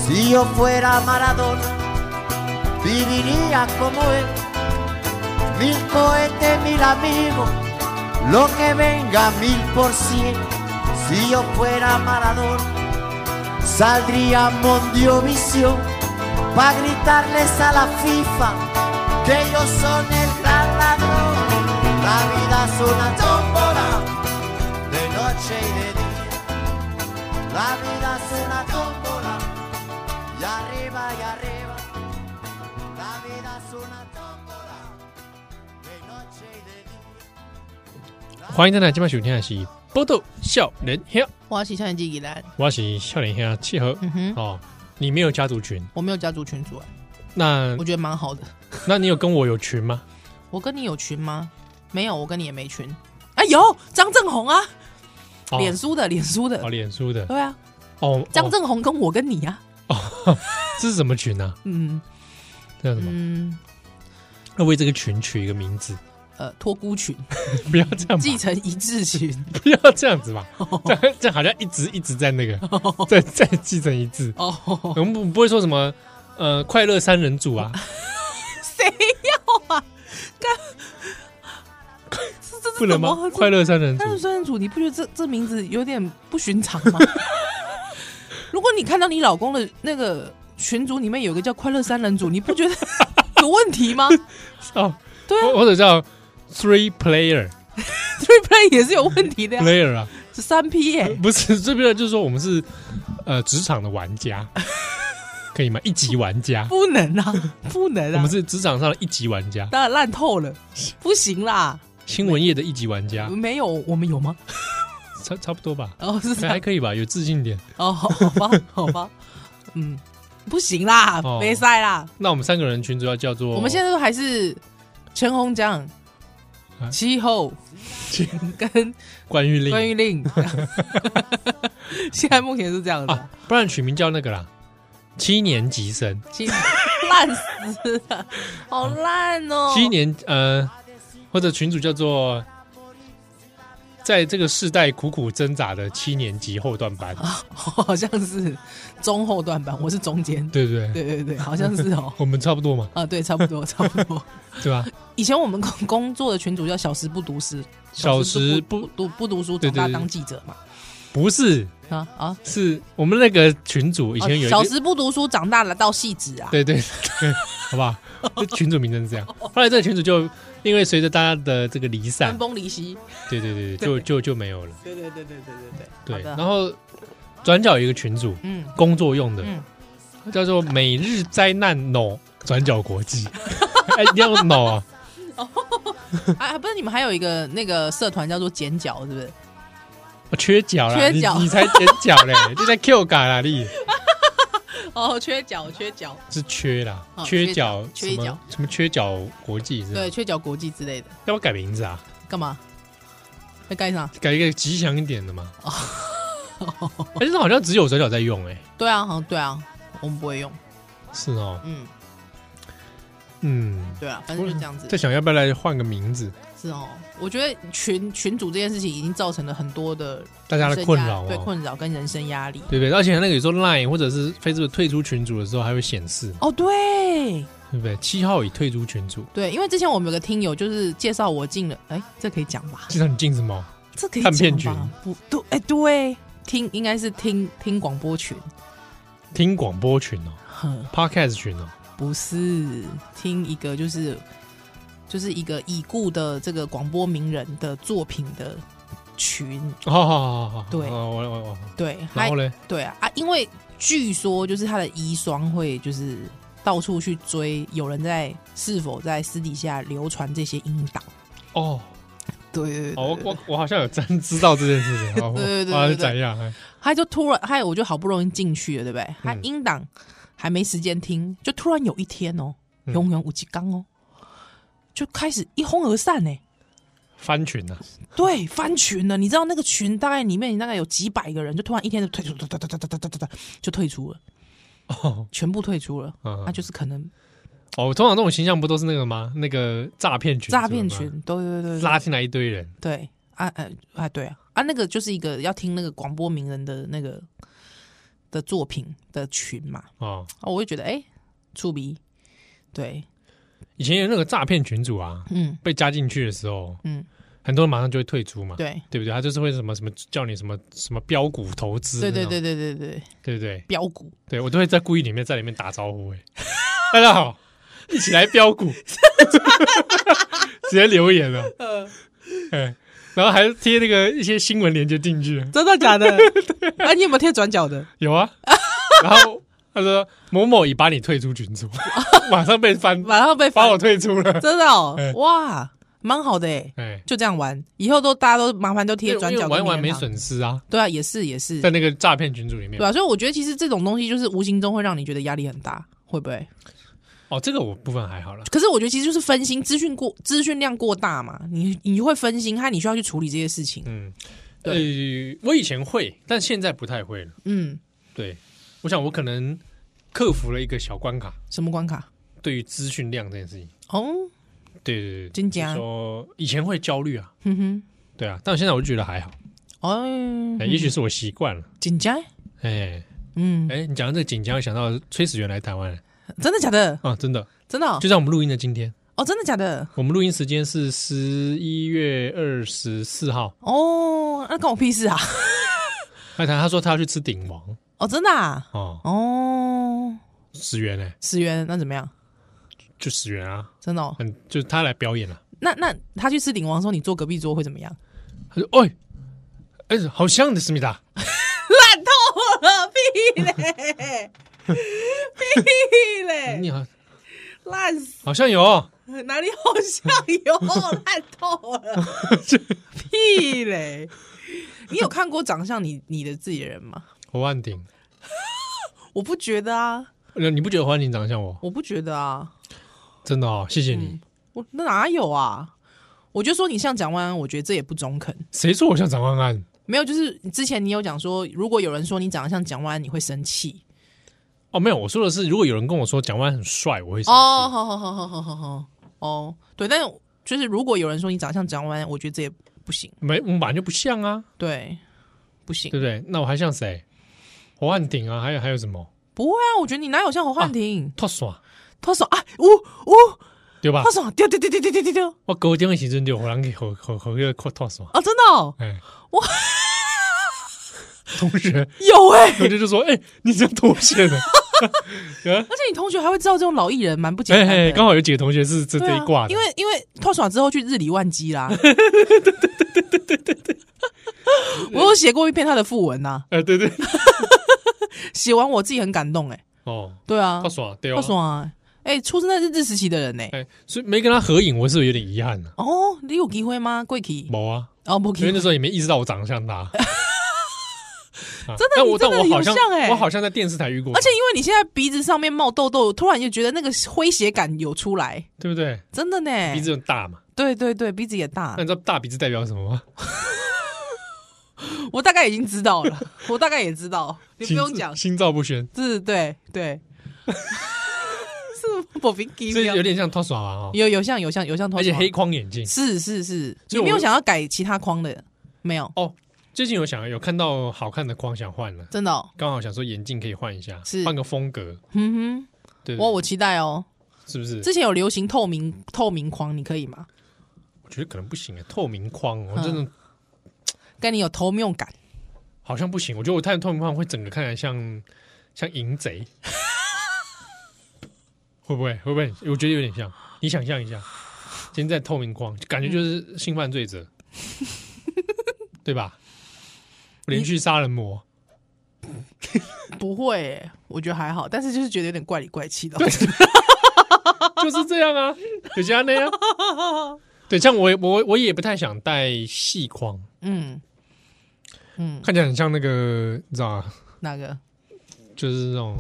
D: Si yo fuera Maradona, viviría como él. Mil cohetes, mil amigos, lo que venga mil por cien. Si yo fuera Maradona saldría a Mondiovisión para gritarles a la FIFA que ellos son el gran ladrón. La vida es una tómbola de noche y de día. La vida es una tómbola y arriba y arriba. La vida es una tómbola de noche y de día.
B: 欢迎大家今晚收听的是《波豆笑人香》，
A: 我要洗相机给来，
B: 我是笑脸香契合。
A: 嗯哼，
B: 哦，你没有家族群，
A: 我没有家族群组、啊，
B: 那
A: 我觉得蛮好的。
B: 那你有跟我有群吗？
A: 我跟你有群吗？没有，我跟你也没群。啊，有张正宏啊，
B: 哦
A: 脸书的，脸书
B: 哦，
A: 的，
B: 脸书的
A: 对啊，
B: 哦，
A: 张
B: 哦
A: 正宏跟我跟你啊，
B: 这是什么群啊？
A: 嗯
B: 这叫什么？
A: 嗯，
B: 要为这个群取一个名字，
A: 呃，托孤群，
B: 不要这样吧，
A: 继承一致群，
B: 不要这样子吧，这样这样好像一直一直在 那个在在继承一致，
A: 哦，
B: 我们不不会说什么呃快乐三人组 啊，
A: 谁要啊？干， 这这
B: 不
A: 这
B: 能
A: 怎
B: 吗
A: 么？？
B: 快
A: 乐
B: 乐三人组
A: 但是孙仁祖，你不觉得这这名字有点不寻常 吗？如果你看到你老公的那个群组里面 有一个叫快乐三人组，你不觉得有问题吗？
B: 哦，
A: 对啊，
B: 或或者叫 three player
A: three play 也是有问题的 呀、
B: player 啊，
A: 是三 P 耶、
B: 不是 three player 就是说我们是呃职场的玩家，可以吗？一级玩家，
A: 不能啊，不能啊，
B: 我们是职场上的一级玩家，
A: 当然烂透了，不行啦，
B: 新闻业的一级玩家，
A: 没有，我们有吗？
B: 差差不多吧，
A: 哦，是这
B: 还
A: 样，
B: 可以吧，有自信一点。
A: 哦，好好吧，好吧，嗯，不行啦
B: 哦，
A: 没赛啦，
B: 那我们三个人群主要叫做
A: 我们现在都还是陈红奖
B: 啊、
A: 气候跟
B: 关玉令
A: 关 于令，现在目前是这样的
B: 啊，，不然取名叫那个啦，七年级生，
A: 其实烂死了，好烂哦，
B: 七年呃，或者群主叫做。在这个世代苦苦挣扎的七年级后段班，
A: 啊好像是中后段版，我是中间，
B: 对不对？，
A: 对对对，好像是哦
B: 我们差不多嘛，
A: 啊，对，差不多，差不多。
B: 对吧？
A: 以前我 们工工作的群组叫“小时不读诗”，
B: 小时
A: 不
B: 不
A: 读不读书，
B: 对
A: 长
B: 对
A: 大
B: 对
A: 当记者嘛。
B: 不是，
A: 啊啊！
B: 是我们那个群主以前有一
A: 哦
B: 个
A: 小时不读书，长大了到戏子啊。
B: 对对对， 好不好？这群主名称是这样。
A: 哦
B: 后来这个群主就因为随着大家的这个离
A: 分
B: 散，
A: 崩离析。
B: 对对对对，就就就没有了。
A: 对对对对对对对。
B: 对，
A: 好的
B: 然后转角有一个群主，
A: 嗯
B: 工作用的，
A: 嗯，
B: 叫做“每日灾难 No 转角国际”， 哎，一定要用 No 啊！
A: 啊，不是你们还有一个那个社团叫做“剪脚”，是不 是？
B: 我缺角啦，
A: 缺
B: 你
A: 角
B: 你才缺角 嘞，就在 Q 嘎啦你
A: 哦，缺脚，缺脚，
B: 是缺啦，
A: 哦
B: 缺
A: 缺
B: 角
A: 角
B: 什
A: 缺角
B: 么什么缺角国际是吧？
A: 对，缺脚国际之类的，
B: 要不要改名字啊？
A: 干嘛？在干啥？
B: 改一个吉祥一点的 嘛。
A: 哦
B: 而且好像只有转角在用哎、
A: 对啊，好像对啊，我们不会用。
B: 是哦，
A: 嗯，
B: 嗯，
A: 对啊，反正就这样子
B: 在。想要不要来换个名字，
A: 是哦，我觉得群群主这件事情已经造成了很多的
B: 大家的
A: 人生
B: 困
A: 压
B: 扰
A: 对
B: 哦，
A: 困扰跟人生压力。
B: 对不对？而且那个有时候 Line 或者是 Facebook 退出群组的时候还会显示，
A: 哦，对
B: 对不对？七号已退出群组，
A: 对，因为之前我们有个听友就是介绍我进了，哎，这可以讲吧？
B: 经常你进什么？
A: 这可以
B: 看片
A: 讲吧
B: 群
A: 不对，哎对，听应该是听听广播群，
B: 听广播群哦
A: 呵，
B: ，Podcast 群哦，
A: 不是听一个就是就是一个已故的这个广播名人的作品的群，
B: 好好好好好，
A: 对
B: 哦我我我，
A: 对，还
B: 然后嘞，
A: 对啊啊，因为据说就是他的遗孀会就是到处去追有人在是否在私底下流传这些音档。
B: 哦，
A: 对对
B: 哦，我我我好像有真知道这件事情，哦
A: 对对对对
B: 啊
A: 对
B: 怎样？哎
A: 他就突然，还有我就好不容易进去了，对不对？他音档还没时间听，就突然有一天哦，
B: 嗯
A: 永远五级刚哦，就开始一哄而散呢、
B: 翻群啊，
A: 对，翻群了，你知道那个群大概里面大概有几百个人，就突然一天就退出，哒哒哒哒哒哒哒哒，就退出了，
B: 哦，
A: 全部退出了。
B: 嗯
A: 他就是可能
B: 哦，通常这种形象不都是那个吗？那个诈骗群，
A: 诈骗群，对对对对，
B: 拉进来一堆人，
A: 对啊，呃啊，对啊，啊，那个就是一个要听那个广播名人的那个的作品的群嘛，
B: 哦，
A: 啊，我就觉得哎，触鼻，对，
B: 以前有那个诈骗群主啊，
A: 嗯
B: 被加进去的时候，
A: 嗯，
B: 很多人马上就会退出嘛，
A: 对，
B: 对不对？他就是会什么什么叫你什么什么标股投资那
A: 对
B: 种，
A: 对对对对对，
B: 对不对？
A: 标股，
B: 对我都会在故意里面在里面打招呼、欸，大家好，一起来标股， 直接留言了，
A: 嗯
B: 哎，然后还贴那个一些新闻链接进去，
A: 真的 假的？
B: 哎
A: 啊，你有没有贴转角的？
B: 有啊，然后他说某某已把你退出群组， 马上被翻，
A: 马上被
B: 把
A: 发
B: 我，退出了，
A: 真的哦
B: 哎，
A: 哇，蛮好的哎，
B: 哎，
A: 就这样玩，以后都大家都麻烦都贴转
B: 因为
A: 角，
B: 玩完没，损失啊，
A: 对啊，也是也是
B: 在，那个诈骗群组里面
A: 对。啊，所以我觉得其实这种东西就是无形中会让你觉得压力很大，会不会？
B: 哦，这个我部分还好啦。
A: 可是我觉得其实就是分心，资讯过资讯量过大嘛，你你会分心，害你需要去处理这些事情。
B: 嗯，呃，我以前会，但现在不太会了。
A: 嗯，
B: 对，我想我可能克服了一个小关卡，
A: 什么关卡？
B: 对于资讯量这件事情。
A: 哦，
B: 对对对，
A: 真假
B: 就是说以前会焦虑啊，
A: 哼哼，
B: 对啊，但现在我就觉得还好，
A: 嗯哦
B: 哎，也许是我习惯了。
A: 紧张，
B: 哎
A: 嗯，
B: 哎，你讲到这个紧张，想到崔始源来台湾
A: 真的假的？
B: 啊，真的，
A: 真的哦，
B: 就在我们录音的今天，
A: 哦真的假的？
B: 我们录音时间是十一月二十四号。
A: 哦，那关我屁事啊！
B: 那他他说他要去吃鼎王
A: 哦，真的啊？
B: 哦，
A: 哦，
B: 始源哎，
A: 十元那怎么样？
B: 就始源啊，
A: 真的、哦，
B: 很就是他来表演了、
A: 那那他去吃鼎王的时候，你坐隔壁桌会怎么样？
B: 他说：“哎，哎，好像的思密达，
C: 烂透了，屁嘞，屁
A: 哎
C: 嘞，
B: 你好，
C: 烂死！
B: 好像有哦。
C: 哪里 好像有烂透了，屁嘞！
A: 你有看过长相你你的自己的人吗？
B: 侯汉鼎，
A: 我不觉得啊，
B: 那你不觉得侯汉鼎长得像我？
A: 我不觉得啊，
B: 真的哦，谢谢你。
A: 我那哪有啊？我就说你像蒋万安，我觉得这也不中肯。
B: 谁说我像张万安？
A: 没有，就是之前你有讲说，如果有人说你长得像蒋万安，你会生气。
B: 哦，没有，我说的是，如果有人跟我说蒋万安很帅，我会生气。
A: 哦，好好好好好好好，哦，对，但是就是如果有人说你长得像蒋万安，我觉得这也不行，
B: 没，我们本来就不像啊，
A: 对，不行
B: 对，不对？那我还像谁？侯汉鼎啊，还有还有什么？
A: 不会啊，我觉得你哪有像侯汉廷？
B: 拓爽
A: 他说啊，呜呜，
B: 对吧
A: 他？说丢丢丢丢丢丢丢丢
B: 我狗点的时阵就有人给侯侯侯个拓爽，
A: 啊，真的哦，
B: 哎，
A: 哇，
B: 同学
A: 有哎、
B: 同学就说：“哎、你这样脱线 了。啊
A: 而且你同学还会知道这种老艺人，蛮不”简
B: 哎
A: 单的、
B: 哎，刚好有几个同学是这这
A: 对
B: 一挂
A: 啊，
B: 的，
A: 因为因为脱爽之后去日理万机啦。我有写过一篇他的讣文呐、
B: 哎，对对，
A: 写完我自己很感动哎、
B: 哦，
A: 对啊
B: 他，爽，对哦，
A: 脱，爽啊，哎、出生在日治时期的人呢、
B: 哎，所以没跟他合影，我是有点遗憾的。
A: 哦，你有机会吗？贵体
B: 没啊，
A: 哦，不
B: 因
A: 机
B: 为
A: 会
B: 那时候也没意识到我长得 像他。啊
A: 真的
B: 但
A: 你
B: 我
A: 真的
B: 但我好像
A: 有像哎
B: 我好像在电视台遇过，
A: 而且因为你现在鼻子上面冒痘痘，突然就觉得那个诙谐感有出来，
B: 对不对？
A: 真的呢。
B: 鼻子很大嘛，
A: 对对对，鼻子也大
B: 那，你知道大鼻子代表什么吗？
A: 我大概已经知道了， 我大概也知道，你不用
B: 心
A: 讲，
B: 心照不宣，
A: 是，对对，是我平
B: 所
A: 机
B: 以有点像他耍啊，哦
A: 有有像有像有像头，
B: 而且黑框眼镜。
A: 是是是，
B: 所以
A: 你
B: 我
A: 没有想要改其他框的，没有，
B: 哦，最近有想有看到好看的框想换了，
A: 真的哦，
B: 刚好想说眼镜可以换一下，
A: 是
B: 换个风格，
A: 嗯
B: 对
A: 哼，
B: 不
A: 我
B: 对？
A: 我期待哦。
B: 是不是？
A: 之前有流行透明透明框，你可以吗？
B: 我觉得可能不行哎，透明框我
A: 嗯
B: 真的
A: 跟你有透明感，
B: 好像不行，我觉得我太透明框会整个看起来像像淫贼， 会不会？会不会？我觉得有点像，你想象一下，现在透明框感觉就是性犯罪 者，对吧？连续杀人魔，
A: 不会欸，我觉得还好，但是就是觉得有点怪里怪气的。
B: 就是这样啊，有家那样。对，像我也我我也不太想戴细框，
A: 嗯嗯，
B: 看起来很像那个，你知道吗？
A: 那个
B: 就是那种，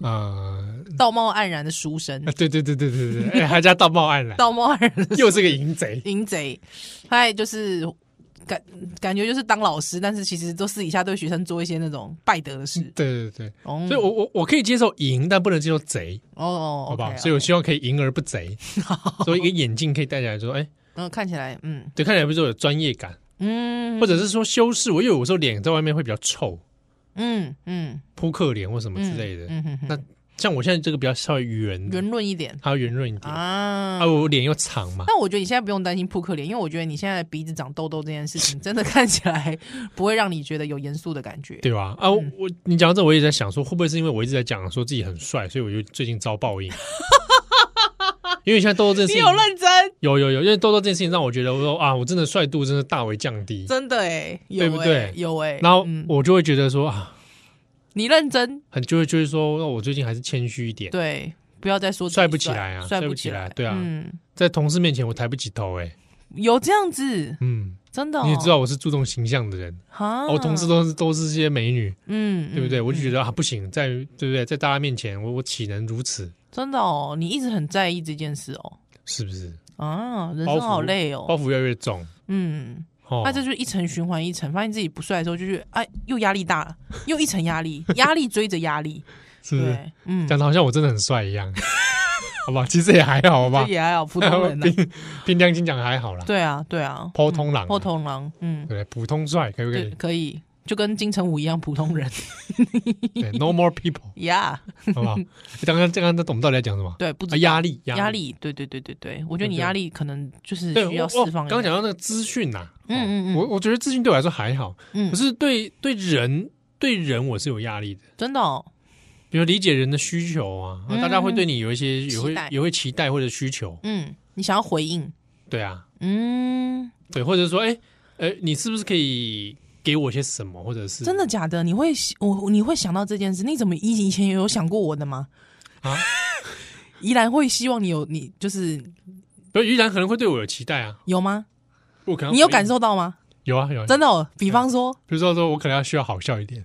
B: 呃，
A: 道貌岸然的书生
B: 啊，对对对对对对，哎、还加大报案了，
A: 道貌岸然的
B: 又是个淫贼，
A: 淫贼，他就是感感觉就是当老师，但是其实都私底下对学生做一些那种败德的事。
B: 嗯对对对，
A: 哦
B: 所以我我我可以接受淫，但不能接受贼，
A: 哦哦，
B: 好不好
A: OK，
B: 所以我希望可以淫而不 贼，所以一个眼镜可以戴起来说，哎、
A: 然后看起来，嗯
B: 对，看起来不是有专业感，
A: 嗯，
B: 或者是说修饰，我因为有时候脸在外面会比较臭，
A: 嗯嗯
B: 扑克脸或什么之类的，
A: 嗯哼哼，
B: 像我现在这个比较稍微圆的，
A: 圆润一点
B: 还要圆润一点，啊，
A: 啊。
B: 我脸又长嘛，
A: 但我觉得你现在不用担心扑克脸，因为我觉得你现在鼻子长痘痘这件事情，真的看起来不会让你觉得有严肃的感觉。
B: 对吧？啊，
A: 嗯
B: 我你讲到这，我也在想说，会不会是因为我一直在讲说自己很帅，所以我就最近遭报应。因为现在痘痘这件事
C: 你
B: 情，
C: 有认真？
B: 有有有，因为痘痘这件事情让我觉得，我说啊，我真的帅度真的大为降低，
A: 真的哎，有
B: 对不
A: 欸
B: 对
A: 有哎，
B: 然后
A: 嗯
B: 我就会觉得说啊，
A: 你认真，
B: 很就会就是说，那我最近还是谦虚一点，
A: 对，不要再说自己
B: 帅不起来啊
A: 帅
B: 帅不起
A: 起
B: 来对啊
A: 嗯，
B: 在同事面前我抬不起头、欸，哎，
A: 有这样子，
B: 嗯，
A: 真的哦，
B: 你也知道我是注重形象的人，
A: 哈
B: 我同事都是都是些美女，
A: 嗯，
B: 对不对？
A: 嗯
B: 我就觉得啊，不行，在对不对，在大家面前，我我岂能如此？
A: 真的哦，你一直很在意这件事哦，
B: 是不是？
A: 啊，人
B: 包
A: 生
B: 袱
A: 好累
B: 包
A: 哦，
B: 袱越来越重
A: 嗯，
B: 哦
A: 那。这就是一层循环一层，发现自己不帅的时候，就是哎，又压力 大了，又一层压力，压力追着压力，
B: 是不是
A: 对，嗯，
B: 讲的好像我真的很帅一 样，好吧？其实也还好，好吧
A: 这？也还好，普 通人呐，
B: 凭凭良心讲还好啦，
A: 对啊，对啊，
B: 普通狼啊，
A: 破头狼，嗯，
B: 对普通帅可不可
A: 对，
B: 以？
A: 可以，就跟金城武一样，普通人
B: 对，No more people，
A: 呀，
B: 好 不好？刚刚刚刚我们到底在讲什么？
A: 对，不
B: 啊，
A: 知
B: 压力，
A: 压。力，对对对对对，我觉得你
B: 对对
A: 压力可能就是
B: 对，
A: 需要
B: 我
A: 释
B: 我刚
A: 放一下。
B: 刚讲到那个资讯呐，
A: 嗯嗯嗯
B: 哦我我觉得资讯对我来说还好，
A: 嗯
B: 可是对对人对人我是有压力的，
A: 真的哦，
B: 比如理解人的需求啊，啊
A: 嗯
B: 大家会对你有一些
A: 期
B: 也会
A: 待
B: 也会期待或者需求，
A: 嗯，你想要回应，
B: 对啊，
A: 嗯，
B: 对，或者说，哎、呃，你是不是可以给我些什么，或者是
A: 真的假的？你会我你会想到这件事？你怎么以以前有想过我的吗？
B: 啊？
A: 依然会希望你有你就是
B: 不，依然可能会对我有期待啊。
A: 有吗？
B: 我可能
A: 你有
B: 回
A: 感？受到吗？
B: 有啊，有啊。
A: 真的、哦，比方说，
B: 比如说说，我可能要需要好笑一点。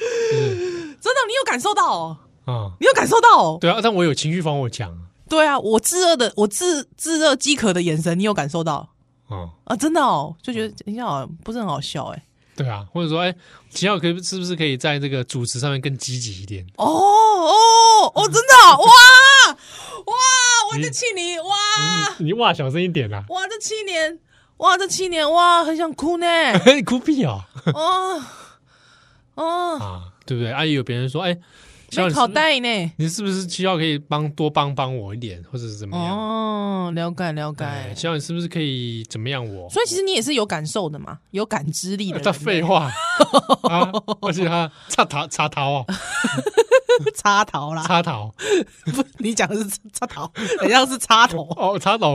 A: 真的你有感受到哦，
B: 啊、
A: 你有感受到哦。
B: 对啊，但我有情绪防火墙啊。
A: 对啊，我炙热的我炙炙热饥渴的眼神，你有感受到
B: 嗯
A: 啊？真的哦，就觉得你好像不是很好笑哎、
B: 对啊，或者说，哎、秦昊可以是不是可以在这个主持上面更积极一点？
A: 哦哦哦，真的 哦、哇哇！我
B: 嗯
A: 这七年哇，
B: 你你哇，小声一点啊啦、
A: 哇这七年哇这七年哇，很想 哭呢。
B: 啊， 你哭屁哦！
A: 哦哦，
B: 啊，对不对？啊，也有别人说，哎、秦昊
A: 没
B: 你
A: 考
B: 是不是
A: 带呢。
B: 你是不是需要可以帮多帮帮我一点，或者是怎么样？
A: 哦，了解了
B: 哎，
A: 解。
B: 希望你是不是可以怎么样我？
A: 所以其实你也是有感受的嘛，有感知力的 人。
B: 他废话啊！而且他插桃插桃啊，
C: 插头啦，
B: 插桃
C: 不，你讲的是插头，好像是插头，
B: 哦，插头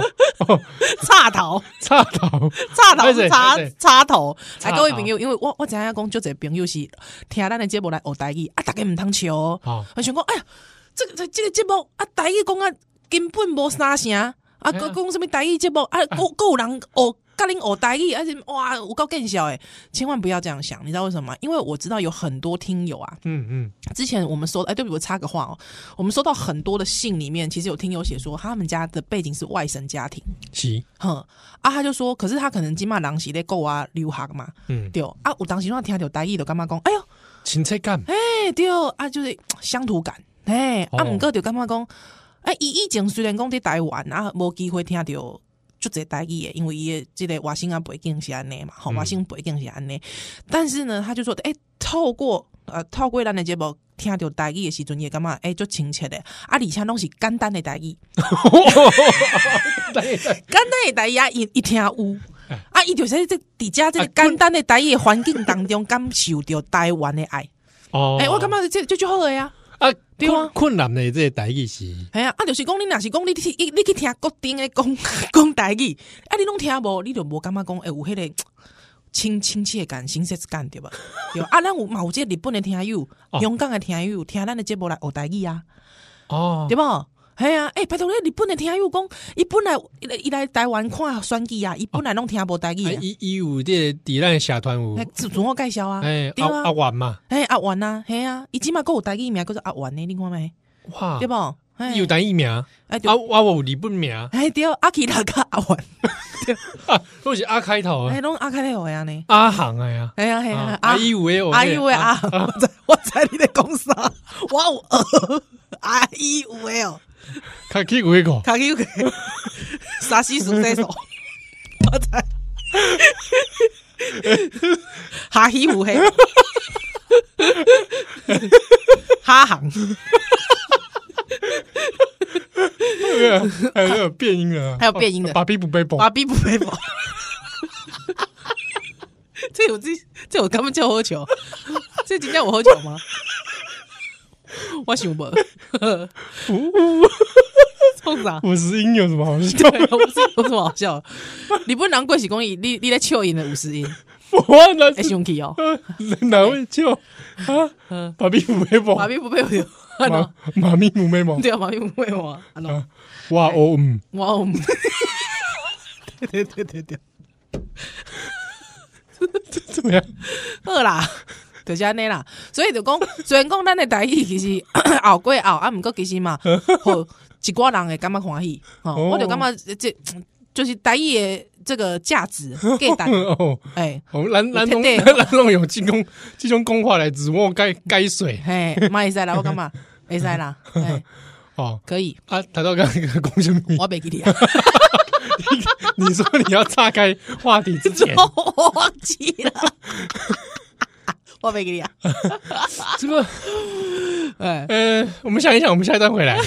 C: 插头，
B: 插头，
C: 插头
B: 对
C: 是插
B: 对对
C: 插头，
A: 哎，
B: 插
A: 各位
B: 头
A: 朋友，因为我我知影讲，就这朋友是听咱的节目来学台语啊，大家唔通笑哦。
B: 好
A: 我想讲，哎呀，这个这这个节目啊，台语讲啊，根本无啥啥啊，
B: 哎呀
A: 佮讲什么台语节目啊，够够有人学，甲恁学台语，而且哇，有够更笑诶，千万不要这样想，你知道为什么吗？因为我知道有很多听友啊，
B: 嗯 嗯，
A: 之前我们收，哎，对不起，我插个话哦，我们收到很多的信里面，其实有听友写说，他们家的背景是外省家庭，
B: 行，
A: 哼啊，他就说，可是他可能金马狼是咧够啊留学嘛，
B: 嗯，
A: 对啊，有当时我听到台语就感觉讲，哎哟，
B: 芹菜干
A: 哎对啊，就是乡土感，哎、啊，
B: 哦
A: 毋过就感觉讲，哎，伊以前虽然讲伫台湾啊，无机会听到。就这台语的，因为伊的这个外省啊背景是安尼嘛，吼，
B: 嗯
A: 外省背景是安尼。但是呢，他就说，哎、透过呃透过咱的节目听到台语的时阵，也感觉哎就亲切的，啊，而且拢是简单的台语，简单的台语啊，伊伊听 有。啊，伊就是在伫遮
B: 啊
A: 这个简单的台语的环境当中，感受到台湾的爱。
B: 哦
A: 哎、我感觉这这就好个呀、
B: 啊，
A: 对啊
B: 困困难的这些代意是
A: 哎呀，啊，就是讲你若是讲你去你你去听固定的讲 讲台语，啊，你拢听无，你就无感觉讲，哎、有迄、个亲亲切感、亲切感对吧？对啊，咱有嘛有这个日本的听友、
B: 哦
A: 香港的听友，听咱的节目来学台语啊，
B: 哦
A: 对，无？系啊，哎、拜托你日本的听友讲，伊本来伊来伊来台湾看选举啊，伊本来拢听无台语
B: 啊
A: 啊，
B: 一一五这底烂社团舞
A: 哎，，自自我介绍啊，
B: 哎
A: 对
B: 阿
A: 啊
B: 阿，玩嘛，
A: 哎、阿元啊，系啊，伊即嘛够有台语名叫做阿元呢，你看没？
B: 哇
A: 对，无？哎
B: 哦有单一名，啊
A: 哎
B: 啊
A: 对，
B: 我有日本名啊，
A: 哎对，阿基拉甲阿元。
B: 都是阿开头
A: 哎，
B: 的，
A: 拢阿开咧学呀呢？
B: 阿行哎呀，
A: 哎呀哎
B: 哦啊
A: 呀，
B: 阿
A: 阿
B: 一五 A
C: 阿姨喂啊，我知我知你在讲啥，我有呃，阿姨喂哦，
B: 卡起鬼 个，
C: 卡起个啥西数西数，我知，哈西乌黑，哈行，
B: 还有变音的啊，
A: 还有变音的
B: 把屁不被崩
C: 把，逼不背包。 这有这这有根本就喝酒，这今天我喝酒吗？我想不， 冲啥？
B: 五十音有什么好笑？
C: 对，我不是有什么好笑的？你不能跪起公益，你你在笑赢的五十音，
B: 我哪
C: 哎，兄弟哦，
B: 哪会叫
A: 哎嗯
B: 啊？把屁不被崩，
C: 马屁不配我，啊喏
B: 马马咪不被崩，
C: 对啊，马屁不配我，啊喏，
B: 哇哦嗯，
C: 哇哦， 对对对对，
B: 怎么样？
C: 好啦，，
A: 就是安尼啦。所以就讲， 虽然讲咱的台语其实 熬过熬，啊，毋过其 实嘛，吼，一寡人会感觉欢喜。吼，
B: 哦
A: 我就感觉这就是台语的这个价值 价值。
B: 哦。
A: 哎
B: 哦，咱咱拢
A: 对
B: 咱拢用这种这种讲话来自我改改水
A: 嘿，嘛会使啦，我感 觉会使啦，哎，
B: 哦
A: 可以，
B: 啊！谈到刚刚那个公什么？
A: 我袂记得啊，
B: 你说你要岔开话题之 前
A: 啊
C: 我忘记了，我没给你啊，
B: 这 个
C: 哎，
B: 呃，我们想一想，我们下一段回来。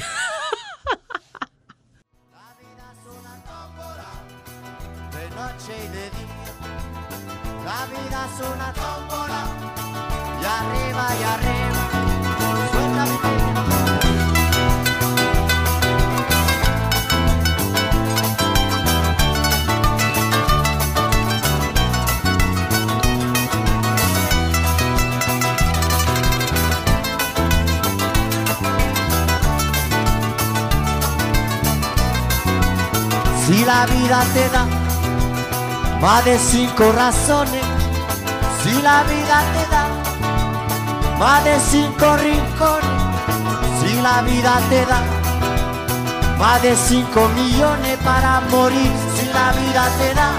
D: La vida es una tómbola, de noche y de día. La vida es una tómbola, y arriba y arriba. Suéltame. la vida te da más de cinco razones. Si la vida te da más de cinco rincones. Si la vida te da más de cinco millones para morir. Si la vida te da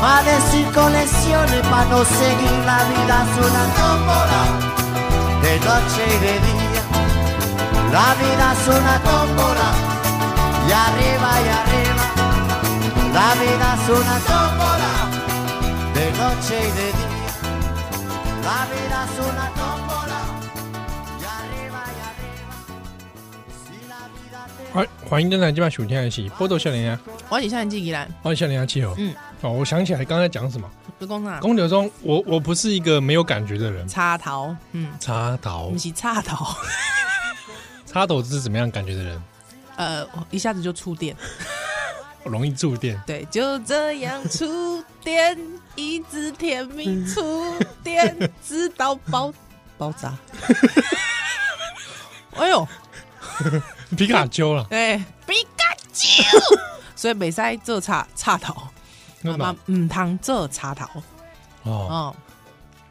D: más de cinco lesiones para no seguir. La vida es una tómbola de noche y de día. La vida es una tómbola y arriba y arriba. La vida es una tómbola de noche y de día. La vida es una tómbola y arriba y arriba. Si la vida te
B: 欢欢迎登来，今晚收听的是《波多少年啊》，
A: 我是向记起来，
B: 欢迎少年啊，气候。
A: 嗯，
B: 哦，我想起来刚才讲什么，
A: 就讲啥？
B: 公牛中，我我不是一个没有感觉的人。
A: 插头，嗯，
B: 插头
A: 不，是插头，
B: 插头是怎么样感觉的人？
A: 呃，一下子就触电，
B: 容易触电。
A: 对，就这样触电，一直甜蜜触电，直到爆爆炸。哎呦，嗯
B: 皮卡丘了，
A: 哎、皮卡丘，所以袂使做插插头，
B: 那
A: 妈嗯
B: 么
A: 唔通做插头
B: 哦
A: 哦，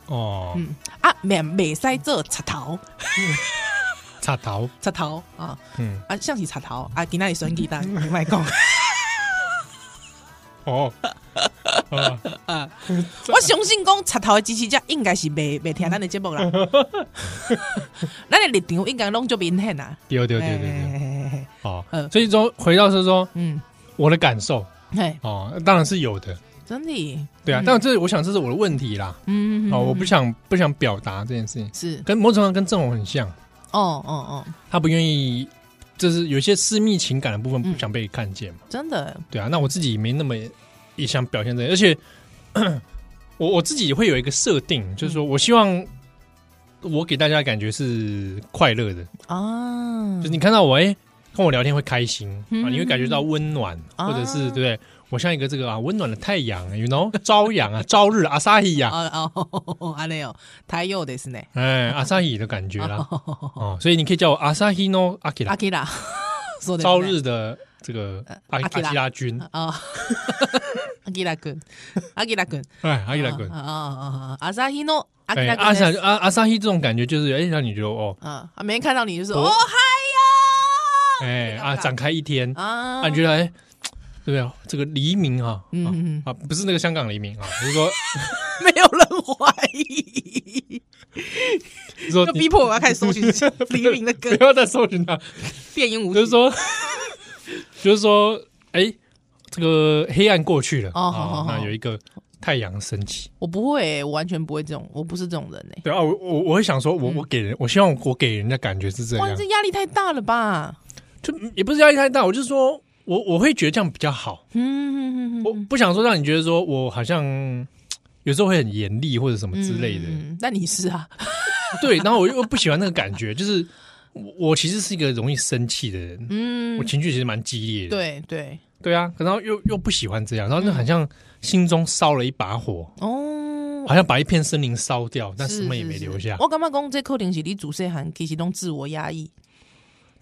B: 哦，
A: 嗯啊，免袂使做插头，
B: 插头，
A: 插头啊
B: 嗯，
A: 啊，像是插头啊，今仔日选鸡蛋，你莫讲，
B: 哦，啊，
A: 我相信讲插头的支持者应该是袂袂听咱的节目啦，咱的立场应该拢就明显啦，
B: 丢丢丢丢
A: 嘿
B: 丢，
A: 嘿嘿嘿
B: 哦
A: 嗯，
B: 所以说回到是说
A: 嗯，
B: 我的感受
A: 嘿，
B: 哦，当然是有的，
A: 真的，
B: 对啊，
A: 嗯
B: 但这我想这是我的问题啦，
A: 嗯，
B: 哦，我
A: 嗯
B: 不想不想表达这件事情，
A: 是，
B: 跟某种程度上跟郑红很像，
A: 哦哦哦，
B: 他不愿意，就是有些私密情感的部分
A: 嗯
B: 不想被看见嘛，
A: 真的，
B: 对啊，那我自己没那么也想表现这个，而且 我我自己会有一个设定，就是说
A: 嗯
B: 我希望我给大家的感觉是快乐的，
A: 啊，
B: 就是你看到我哎、跟我聊天会开心
A: 嗯
B: 啊，你会感觉到温暖，
A: 啊
B: 或者是对不对？我像一个这个啊温暖的太阳，you know，朝 阳啊，朝日阿萨伊呀，
A: 哦哦，安尼哦，太有ですね。
B: 哎，阿萨伊的感觉啦，哦，所以你可以叫我阿萨伊诺阿基
A: 阿
B: 拉，
A: 基拉，そうですね
B: 朝日的这个阿阿
A: 呃阿基
B: 基
A: 拉
B: 拉君，
A: 啊， 阿基拉君，阿基拉君，
B: 哎，阿基拉君
A: 啊，啊啊啊！阿萨希诺，阿基
B: 哎，
A: 拉
B: 阿萨
A: 君です，
B: 阿阿萨伊这种感觉就是哎，让你觉得哦，
A: 啊，啊每天看到你就是
B: 我
A: 哦嗨
B: 哎啊，展开一天，
A: 呀，啊
B: 啊，你觉得哎，对不对？这个黎明啊，
A: 嗯嗯嗯
B: 啊啊，不是那个香港黎明啊，就是说，
A: 没有人怀疑，
B: 就是说
A: 就
B: 你
A: 逼迫我要开始搜寻黎明的歌，
B: 不要再搜寻他。
A: 电音舞曲，
B: 就是说，就是说，哎、这个黑暗过去了，
A: 哦好好好
B: 那有一个太阳升起。
A: 我不会欸，我完全不会这种，我不是这种人哎，
B: 对啊，我我我会想说，
A: 嗯
B: 我、我给人，我希望我给人的感觉是这
A: 哇，
B: 样
A: 这，压力太大了吧？
B: 就也不是压力太大，我就是说我我会觉得这样比较好，
A: 嗯，
B: 我不想说让你觉得说我好像嘖有时候会很严厉或者什么之类的，
A: 嗯，嗯那你是啊？
B: 对，然后我又不喜欢那个感觉，就是我我其实是一个容易生气的人，
A: 嗯
B: 我，情绪其实蛮激烈的，
A: 对对，
B: 对啊，然后又又不喜欢这样，然后就
A: 嗯
B: 很像心中烧了一把火，
A: 哦，
B: 好像把一片森林烧掉，但
A: 是
B: 什么也没
A: 是是哦
B: 留下。
A: 我感觉讲这可能是你自细汉其实拢自我压抑。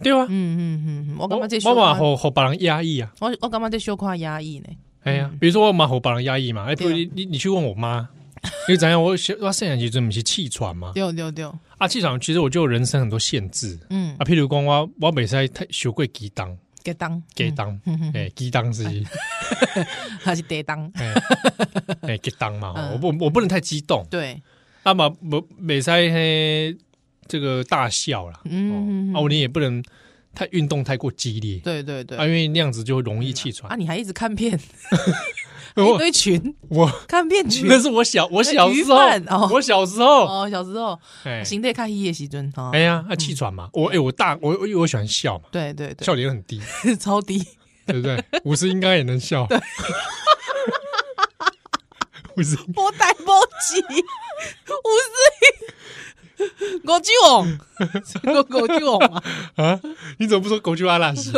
B: 对啊，
A: 嗯嗯嗯嗯，我感觉这小
B: 我嘛
A: 可，
B: 吼吼把人压抑啊，
A: 我我感觉这小可压抑呢。
B: 哎呀，比如说我嘛吼把人压抑嘛，哎，不
A: 嗯对啊
B: 如你你你去问我 妈，因为怎样，我小我生其时阵不是气喘嘛，
A: 对对对，
B: 啊，气喘其实我就有人生很多限制
A: 嗯
B: 啊，，譬如讲我我袂使太学过鸡当
A: 给当
B: 鸡当，
A: 嗯
B: 哎鸡当 是
A: 还是得当？
B: 哎哎鸡当嘛，
A: 嗯
B: 我不我不能太激动，
A: 对，
B: 啊嘛不袂使嘿这个大笑啦，
A: 嗯，
B: 哦，啊，我你也不能太运动太过激烈，
A: 对对对
B: 啊，。因为那样子就容易气喘
A: 啊，。哎你还一直看片，一
B: 我
A: 堆群
B: 我
A: 看片群。
B: 那是我小我小时候
A: 那鱼贩哦，
B: 我小时候，
A: 哦，小时候
B: 哎
A: 行得看夜时阵哈
B: 哎，呀，啊气喘嘛，我哎我大我我因为我喜欢笑嘛，
A: 对嗯对对，
B: 笑点很低，
A: 超低。
B: 对不对？五十应该也能笑。 五十
A: 我带不起，五十，我就王，我我就王嘛。
B: 啊，你怎么不说狗去阿拉斯？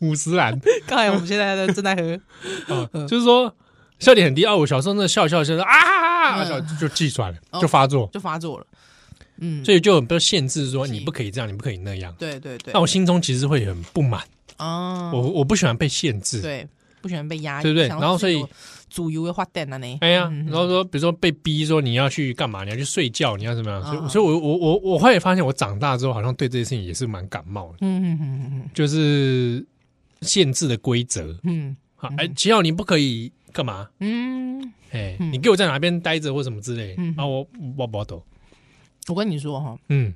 B: 五十兰
A: 刚才我们现在在正在喝，
B: 啊，
A: 嗯
B: 就是说笑点很低啊。我小时候那笑笑笑笑啊，
A: 嗯
B: 笑就气喘了，就发作，
A: 就发作了。哦嗯，
B: 所以就很被限制说你不可以这样，你不可以那样。
A: 对对对
B: 那，我心中其实会很不满，
A: 啊，
B: 我我不喜欢被限制，
A: 对，不喜欢被压抑，
B: 对不对
A: 想要
B: 然后所以
A: 自由主游会发电了呢，
B: 哎呀，
A: 嗯
B: 然后说，比如说被逼说你要去干嘛，你要去睡觉，你要怎么样？所
A: 啊
B: 以，所以我我我我后来发现，我长大之后好像对这些事情也是蛮感冒的，
A: 嗯嗯嗯嗯
B: 就是限制的规则
A: 嗯
B: 啊，哎，只要你不可以干嘛，
A: 嗯嗯，
B: 哎，你给我在哪边待着或什么之类
A: 嗯，
B: 啊，我我不懂，
A: 我跟你说哈，
B: 嗯，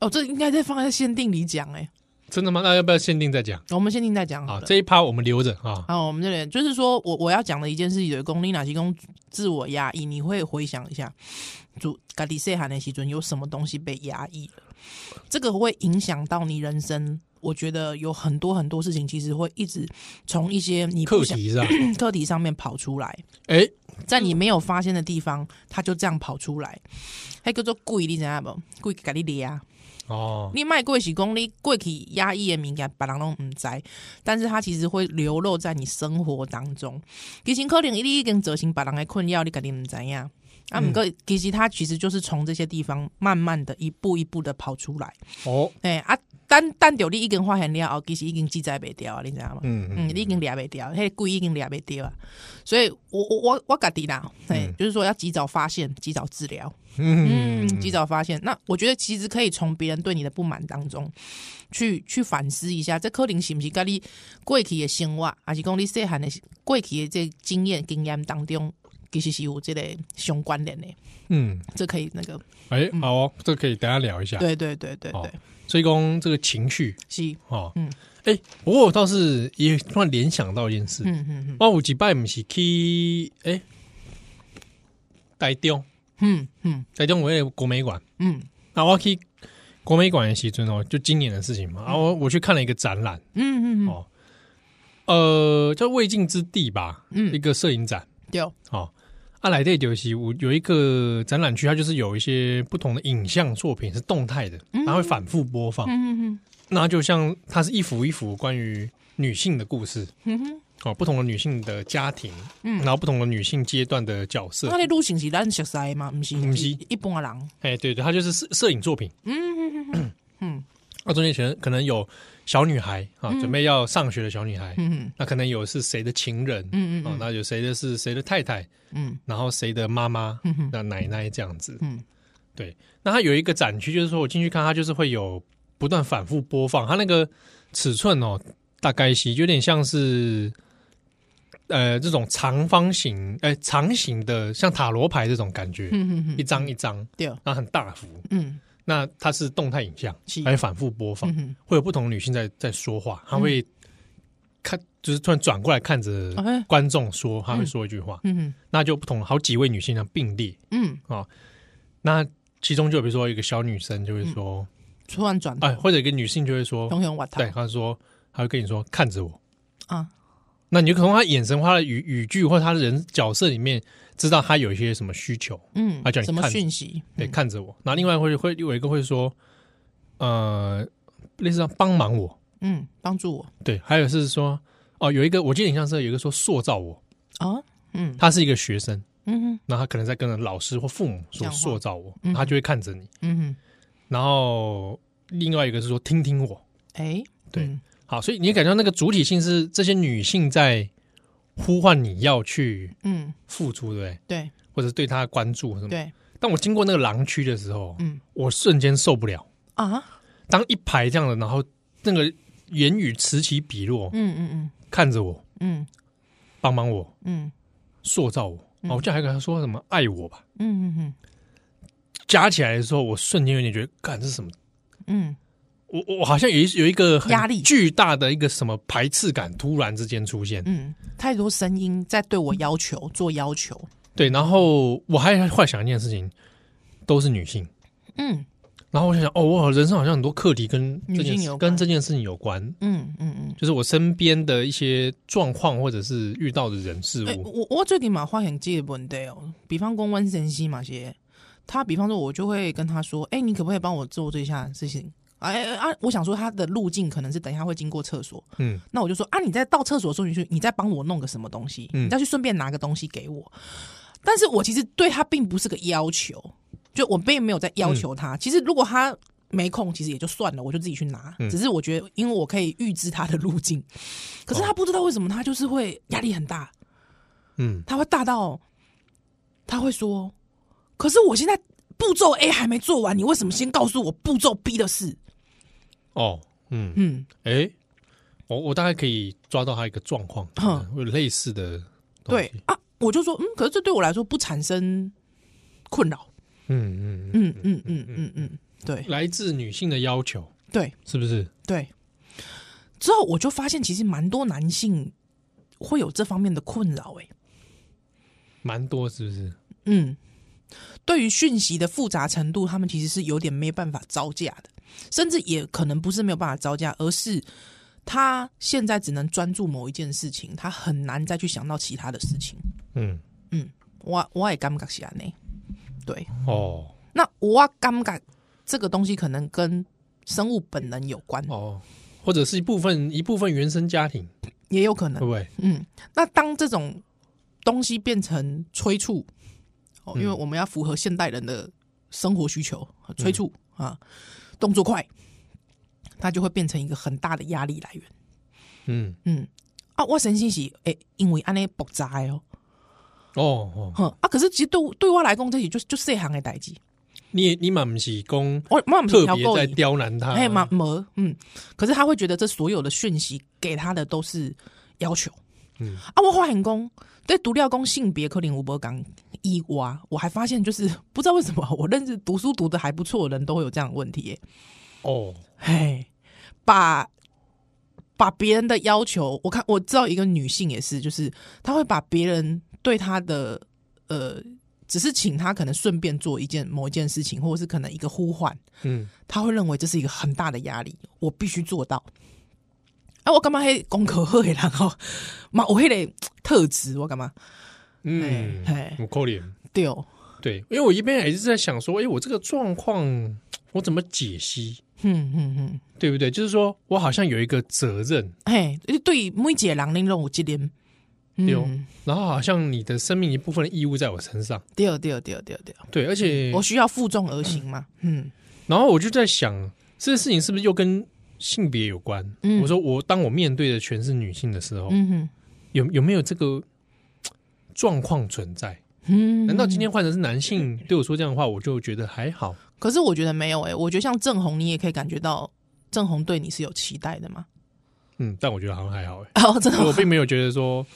A: 哦，这应该再放在限定里讲哎，
B: 真的吗？那要不要限定再讲？
A: 我们限定再讲好
B: 啊，
A: 了。
B: 这一趴我们留着啊，
A: 好，我们这里就是说我我要讲的一件事情，有功利哪些功自我压抑，你会回想一下，主咖喱塞喊的其中有什么东西被压抑了，这个会影响到你人生。我觉得有很多很多事情，其实会一直从一些你不
B: 课
A: 想
B: 题 是吧？
A: 课题上面跑出来，
B: 哎，
A: 在你没有发现的地方，它就这样跑出来。还叫做贵，你知道不？贵咖喱咧啊！
B: 哦，
A: 你卖贵是讲你过去压抑的敏感，别人拢唔知，但是它其实会流露在你生活当中。其实可能你已经造成别人的困扰，你肯定唔知呀。啊，
B: 嗯
A: 唔过其实它其实就是从这些地方慢慢的一步一步的跑出来。
B: 哦，
A: 哎啊，但但掉你已经发现了后，其实已经记载袂掉啊，你知道吗？
B: 嗯
A: 嗯，你已经抓袂掉，迄、个鬼已经抓袂掉啊。所以我我我我家己啦，哎、
B: 嗯
A: 就是说要及早发现，及早治疗。
B: 嗯
A: 嗯，及早发现。那我觉得其实可以从别人对你的不满当中去去反思一下，这可能是不是跟你过去的生活，还是讲你细汉的过去的这个经验经验当中，其实是有这个相关联的。
B: 嗯，
A: 这可以那个，
B: 哎，好哦，这可以等一下聊一下。
A: 对对对对
B: 哦
A: 对，
B: 所以讲这个情绪
A: 是，
B: 哦，
A: 嗯
B: 哎、不过我倒是也突然联想到一件事，
A: 嗯嗯嗯
B: 我有几摆不是去哎、台中，
A: 嗯嗯
B: 台中我也国美馆，
A: 嗯
B: 那我去国美馆的时阵哦，就今年的事情嘛，啊我我去看了一个展览，
A: 嗯嗯嗯，
B: 哦，呃，叫未尽之地吧，
A: 嗯
B: 一个摄影展，
A: 对，
B: 哦。啊，来这就是有有一个展览区，它就是有一些不同的影像作品是动态的，它会反复播放。
A: 嗯嗯嗯
B: 那就像它是一幅一幅关于女性的故事，
A: 嗯嗯哼，
B: 哦，不同的女性的家庭，
A: 嗯
B: 然后不同的女性阶段的角色
A: 那，你路行是咱熟悉的吗？不是，
B: 不是
A: 一般的人，
B: 哎，对对，它就是摄摄影作品。
A: 嗯嗯
B: 那中间可能可能有小女孩啊，准备要上学的小女孩，
A: 嗯
B: 那可能有是谁的情人，
A: 嗯嗯
B: 哦，
A: 嗯
B: 那有谁的是谁的太太，
A: 嗯
B: 然后谁的妈妈，
A: 嗯嗯
B: 那奶奶这样子。
A: 嗯
B: 对，那它有一个展区，就是说我进去看，它就是会有不断反复播放，它那个尺寸哦，大概是有点像是呃这种长方形，哎、长形的，像塔罗牌这种感觉，
A: 嗯
B: 一
A: 嗯，
B: 张一张，
A: 对，
B: 那很大幅，
A: 嗯
B: 那它是动态影像
A: 是，
B: 还反复播放，
A: 嗯
B: 会有不同的女性在在说话，她会看，就是突然转过来看着
A: 哎
B: 观众说，她会说一句话，
A: 嗯
B: 那就不同好几位女性这样并列。
A: 嗯，
B: 那其中就比如说有一个小女生就会
A: 嗯
B: 说，
A: 突然转头
B: 哎，，或者一个女性就会说，
A: 永远我头
B: 对，她说，她会跟你说看着我。
A: 啊，
B: 那你就从她眼神、她的语语句或她的人角色里面，知道她有一些什么需求，
A: 嗯
B: 啊叫，你
A: 什么
B: 看
A: 讯息？
B: 对，
A: 嗯
B: 看着我。那另外会会有一个会说，呃，类似像帮忙我，
A: 嗯，帮助我
B: 对，还有是说，哦，有一个我记得很像是有一个说塑造我，
A: 啊，嗯
B: 他是一个学生，
A: 嗯
B: 那他可能在跟着老师或父母说
A: 讲话
B: 塑造我
A: 嗯，
B: 他就会看着你。
A: 嗯，
B: 然后另外一个是说听听我，
A: 哎，
B: 对
A: 嗯
B: 好，所以你感觉到那个主体性是这些女性在呼唤你要去
A: 嗯，
B: 付出，对不对？
A: 对
B: 或者对她的关注什么？。
A: 对
B: 当我经过那个狼区的时候，
A: 嗯
B: 我瞬间受不了。
A: 啊，
B: 当一排这样的，然后那个言语此起彼落，
A: 嗯嗯
B: 看着我，
A: 嗯
B: 帮忙我，
A: 嗯
B: 塑造我。哦，我记得还有一个说什么爱我吧，
A: 嗯嗯
B: 加起来的时候，我瞬间有点觉得，干这是什么？
A: 嗯嗯
B: 我我我好像有一有一个很
A: 压力
B: 巨大的一个什么排斥感，突然之间出现。
A: 嗯，太多声音在对我要求做要求，
B: 对，然后我还幻想一件事情，都是女性。
A: 嗯
B: 然后我想想，哦，我人生好像很多课题跟这
A: 女
B: 件
A: 性
B: 事
A: 有关
B: 跟这件事情有关，
A: 嗯嗯嗯。
B: 就是我身边的一些状况或者是遇到的人事
A: 哎，
B: 物。
A: 我我最近嘛发现这个问题哦，比方公温神西嘛些，他比方说我就会跟他说，哎、你可不可以帮我做这项事情？哎、哎啊，我想说他的路径可能是等一下会经过厕所，
B: 嗯，
A: 那我就说啊，你在到厕所的时候，你去，你再帮我弄个什么东西，
B: 嗯
A: 你再去顺便拿个东西给我。但
B: 嗯
A: 是我其实对他并不是个要求，就我并没有在要求他。其实如果他没空，其实也就算了，我就自己去拿。
B: 嗯
A: 只是我觉得，因为我可以预知他的路径，可是
B: 哦
A: 他不知道为什么，他就是会压力很大，
B: 嗯，
A: 他会大到他会说：“可是我现在步骤 A 还没做完，你为什么先告诉我步骤 B 的事
B: 哦，嗯？”，
A: 嗯，
B: 哎，我我大概可以抓到他一个状况，
A: 哼
B: 有类似的东
A: 嗯对
B: 西，
A: 啊，我就说，嗯，可是这对我来说不产生困扰。
B: 嗯嗯嗯，
A: 嗯嗯嗯嗯嗯，对
B: 来自女性的要求
A: 对
B: 是不是？
A: 对。之后我就发现，其实蛮多男性会有这方面的困扰、欸，
B: 蛮多是不是？
A: 嗯，对于讯息的复杂程度，他们其实是有点没办法招架的，甚至也可能不是没有办法招架，而是他现在只能专注某一件事情，他很难再去想到其他的事情。
B: 嗯，
A: 我我也感觉是安内，对，
B: 哦
A: 那我感觉这个东西可能跟生物本能有关，
B: 哦，或者是一部分一部分原生家庭，
A: 也有可能
B: 会。不会？
A: 嗯，那当这种东西变成催促，哦，因为
B: 嗯
A: 我们要符合现代人的生活需求，催促、啊，动作快，它就会变成一个很大的压力来源。
B: 嗯，
A: 嗯，啊，我神信息，诶、因为安尼爆炸的哦，
B: 哦哦，
A: 哼啊，可是其实对我对我来讲，这也就就这行的代志，
B: 你你满不是公
A: 我妈妈
B: 特
A: 调
B: 别
A: 够
B: 在
A: 你，
B: 刁难他，
A: 哎妈没，嗯，可是他会觉得这所有的讯息给他的都是要求。
B: 嗯
A: 啊，我发现讲对读料工性别可能无无讲以外，我还发现就是 不知道为什么我认识读书读的还不错的人都会有这样的问题耶、
B: 哦，
A: 嘿，把把别人的要求，我看我知道一个女性也是，就是她会把别人对她的呃，只是请她可能顺便做一件某一件事情，或者是可能一个呼唤，
B: 嗯
A: 她会认为这是一个很大的压力，我必须做到。啊，我干嘛黑功课好的人哦，嘛有迄个特质，我干嘛？
B: 嗯
A: 嘿嘿，
B: 我扣脸。
A: 对哦，
B: 对，因为我一边也是在想说，哎，我这个状况我怎么解析，
A: 嗯嗯嗯，
B: 对不对？就是说我好像有一个责任，
A: 嘿，你对每一嗯个人恁拢有责任，
B: 对哦，然后好像你的生命一部分的义务在我身上，
A: 对哦对哦对哦对哦对哦，
B: 对，而且
A: 我需要负重而行嘛，嗯
B: 然后我就在想，这件事情是不是又跟性别有关？
A: 嗯
B: 我说我当我面对的全是女性的时候，
A: 嗯哼
B: 有有没有这个嘖状况存在？
A: 嗯，
B: 难道今天换成是男性对我说这样的话，我就觉得还好？
A: 可是我觉得没有诶、欸我觉得像郑红，你也可以感觉到郑红对你是有期待的嘛。
B: 嗯，但我觉得好像还好、欸，
A: 哦， 真的
B: 我
A: 吗
B: 并没有觉得说，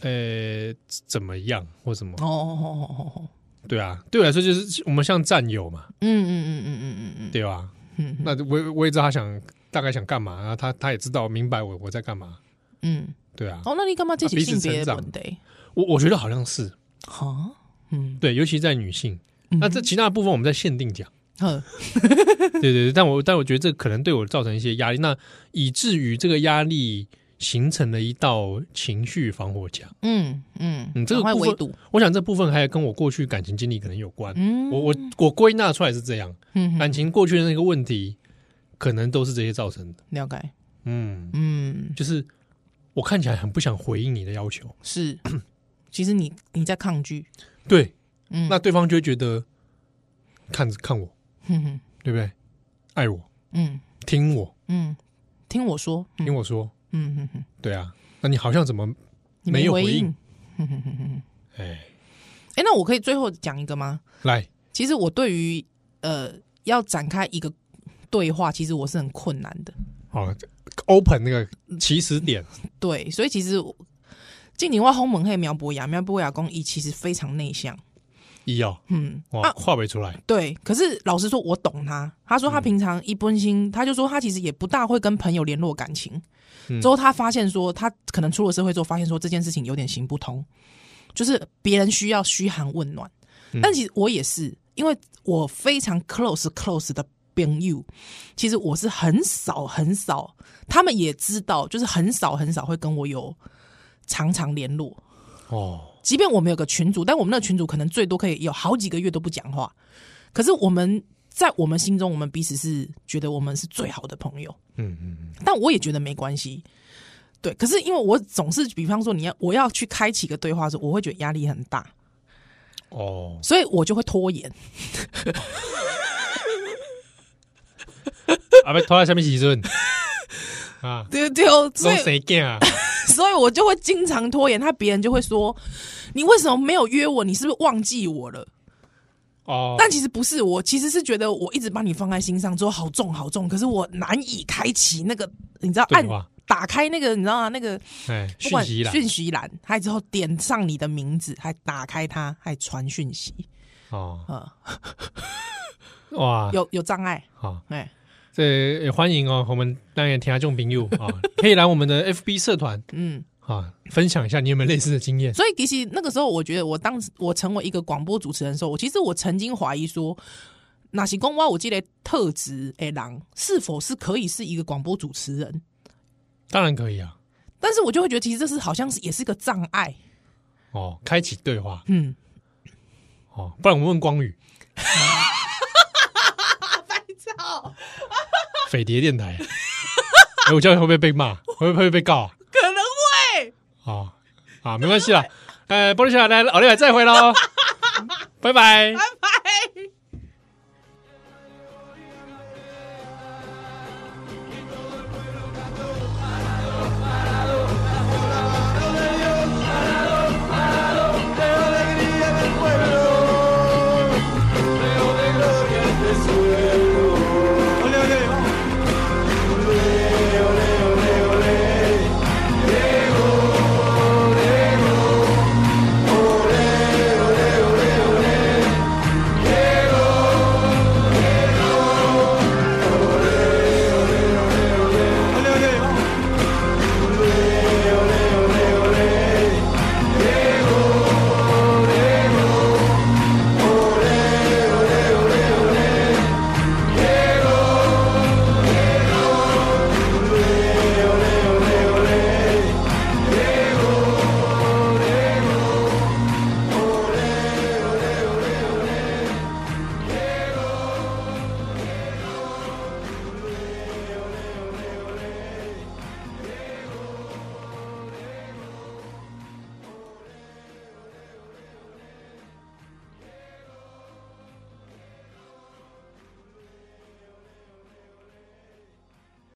B: 呃，怎么样或什么？
A: 哦哦哦哦哦，
B: 对啊，对我来说就是我们像战友嘛，
A: 嗯嗯嗯嗯嗯嗯嗯
B: 对吧？
A: 嗯嗯
B: 那我我也知道他想大概想干嘛，然后他他也知道明白我我在干嘛，
A: 嗯，
B: 对啊。
A: 哦，那你干嘛这起
B: 彼此
A: 性别
B: 成
A: 的
B: 长
A: 问题？
B: 我我觉得好像是，
A: 哈，嗯，
B: 对，尤其在女性。那这其他的部分我们在限定讲，
A: 呵，
B: 对对对，但我但我觉得这可能对我造成一些压力，那以至于这个压力形成了一道情绪防火墙。
A: 嗯嗯
B: 嗯这个
A: 赶快
B: 部分
A: 围堵，
B: 我想这部分还跟我过去感情经历可能有关。
A: 嗯，
B: 我哎我我归纳出来是这样，
A: 嗯嗯
B: 感情过去的那个问题，可能都是这些造成的。
A: 了解，
B: 嗯，
A: 嗯。
B: 就是我看起来很不想回应你的要求，
A: 是，其实你你在抗拒，
B: 对，
A: 嗯，
B: 那对方就会觉得看着看我，
A: 哼哼
B: 对不对？爱我，
A: 嗯
B: 听我，
A: 嗯，听我说，嗯
B: 听我说，
A: 嗯嗯嗯，
B: 对啊。那你好像怎么
A: 你
B: 没有
A: 回
B: 回应
A: 应，哼哼哼哼
B: 哎，
A: 哎，那我可以最后讲一个吗？
B: 来，
A: 其实我对于呃要展开一个对话，其实我是很困难的，
B: 好了，open 哦那个起始点，
A: 对，所以其实我近年我轰门黑苗博雅，苗博雅公益其实非常内向，
B: 医药
A: 嗯
B: 哇
A: 啊，
B: 哦话没出来，
A: 对，可是老实说，我懂他。他说他平常一般心，他就说他其实也不大会跟朋友联络感情。
B: 嗯
A: 之后他发现说，他可能出了社会之后，发现说这件事情有点行不通，就是别人需要嘘寒问暖。
B: 嗯
A: 但其实我也是，因为我非常 close close 的朋友，其实我是很少很少，他们也知道，就是很少很少会跟我有常常联络。
B: 哦，
A: 即便我们有个群组，但我们那个群组可能最多可以有好几个月都不讲话，可是我们在我们心中，我们彼此是觉得我们是最好的朋友，
B: 嗯嗯嗯，
A: 但我也觉得没关系。对，可是因为我总是，比方说你要我要去开启一个对话的时候，我会觉得压力很大，
B: 哦，
A: 所以我就会拖延。
B: 啊，被拖到下面洗阵 啊，
A: 对对哦， 所
B: 弄
A: 以
B: 谁干啊？
A: 所以我就会经常拖延，他别人就会说你为什么没有约我？你是不是忘记我了？
B: 哦，
A: 但其实不是，我其实是觉得我一直把你放在心上，之后好重好重，可是我难以开启那个，你知道
B: 对
A: 按
B: 话
A: 打开那个，你知道吗？那个
B: 哎，
A: 不
B: 讯
A: 管
B: 息啦，
A: 讯息栏，还之后点上你的名字，还打开它，还传讯息，
B: 哦，
A: 呃，
B: 哇，
A: 有有障碍，
B: 好，
A: 哎，
B: 这也欢迎哦，我们当然听下众朋友啊， 可以来我们的 FB 社团
A: 嗯。
B: 啊，分享一下你有没有类似的经验？
A: 所以其实那个时候，我觉得我当时我成为一个广播主持人的时候，我其实我曾经怀疑说，那些公蛙我记得特质诶狼是否是可以是一个广播主持人？
B: 当然可以啊，
A: 但是我就会觉得，其实这是好像是也是个障碍。
B: 哦，开启对话
A: 嗯，
B: 哦，不然我问光 宇，白 匪谍电台， 哎，我这样会不会被骂？会不会被告啊？
A: 可能会
B: 哦， 啊，没关系啦，呃，玻璃小奶奶，奥利来再会喽，拜拜，拜拜。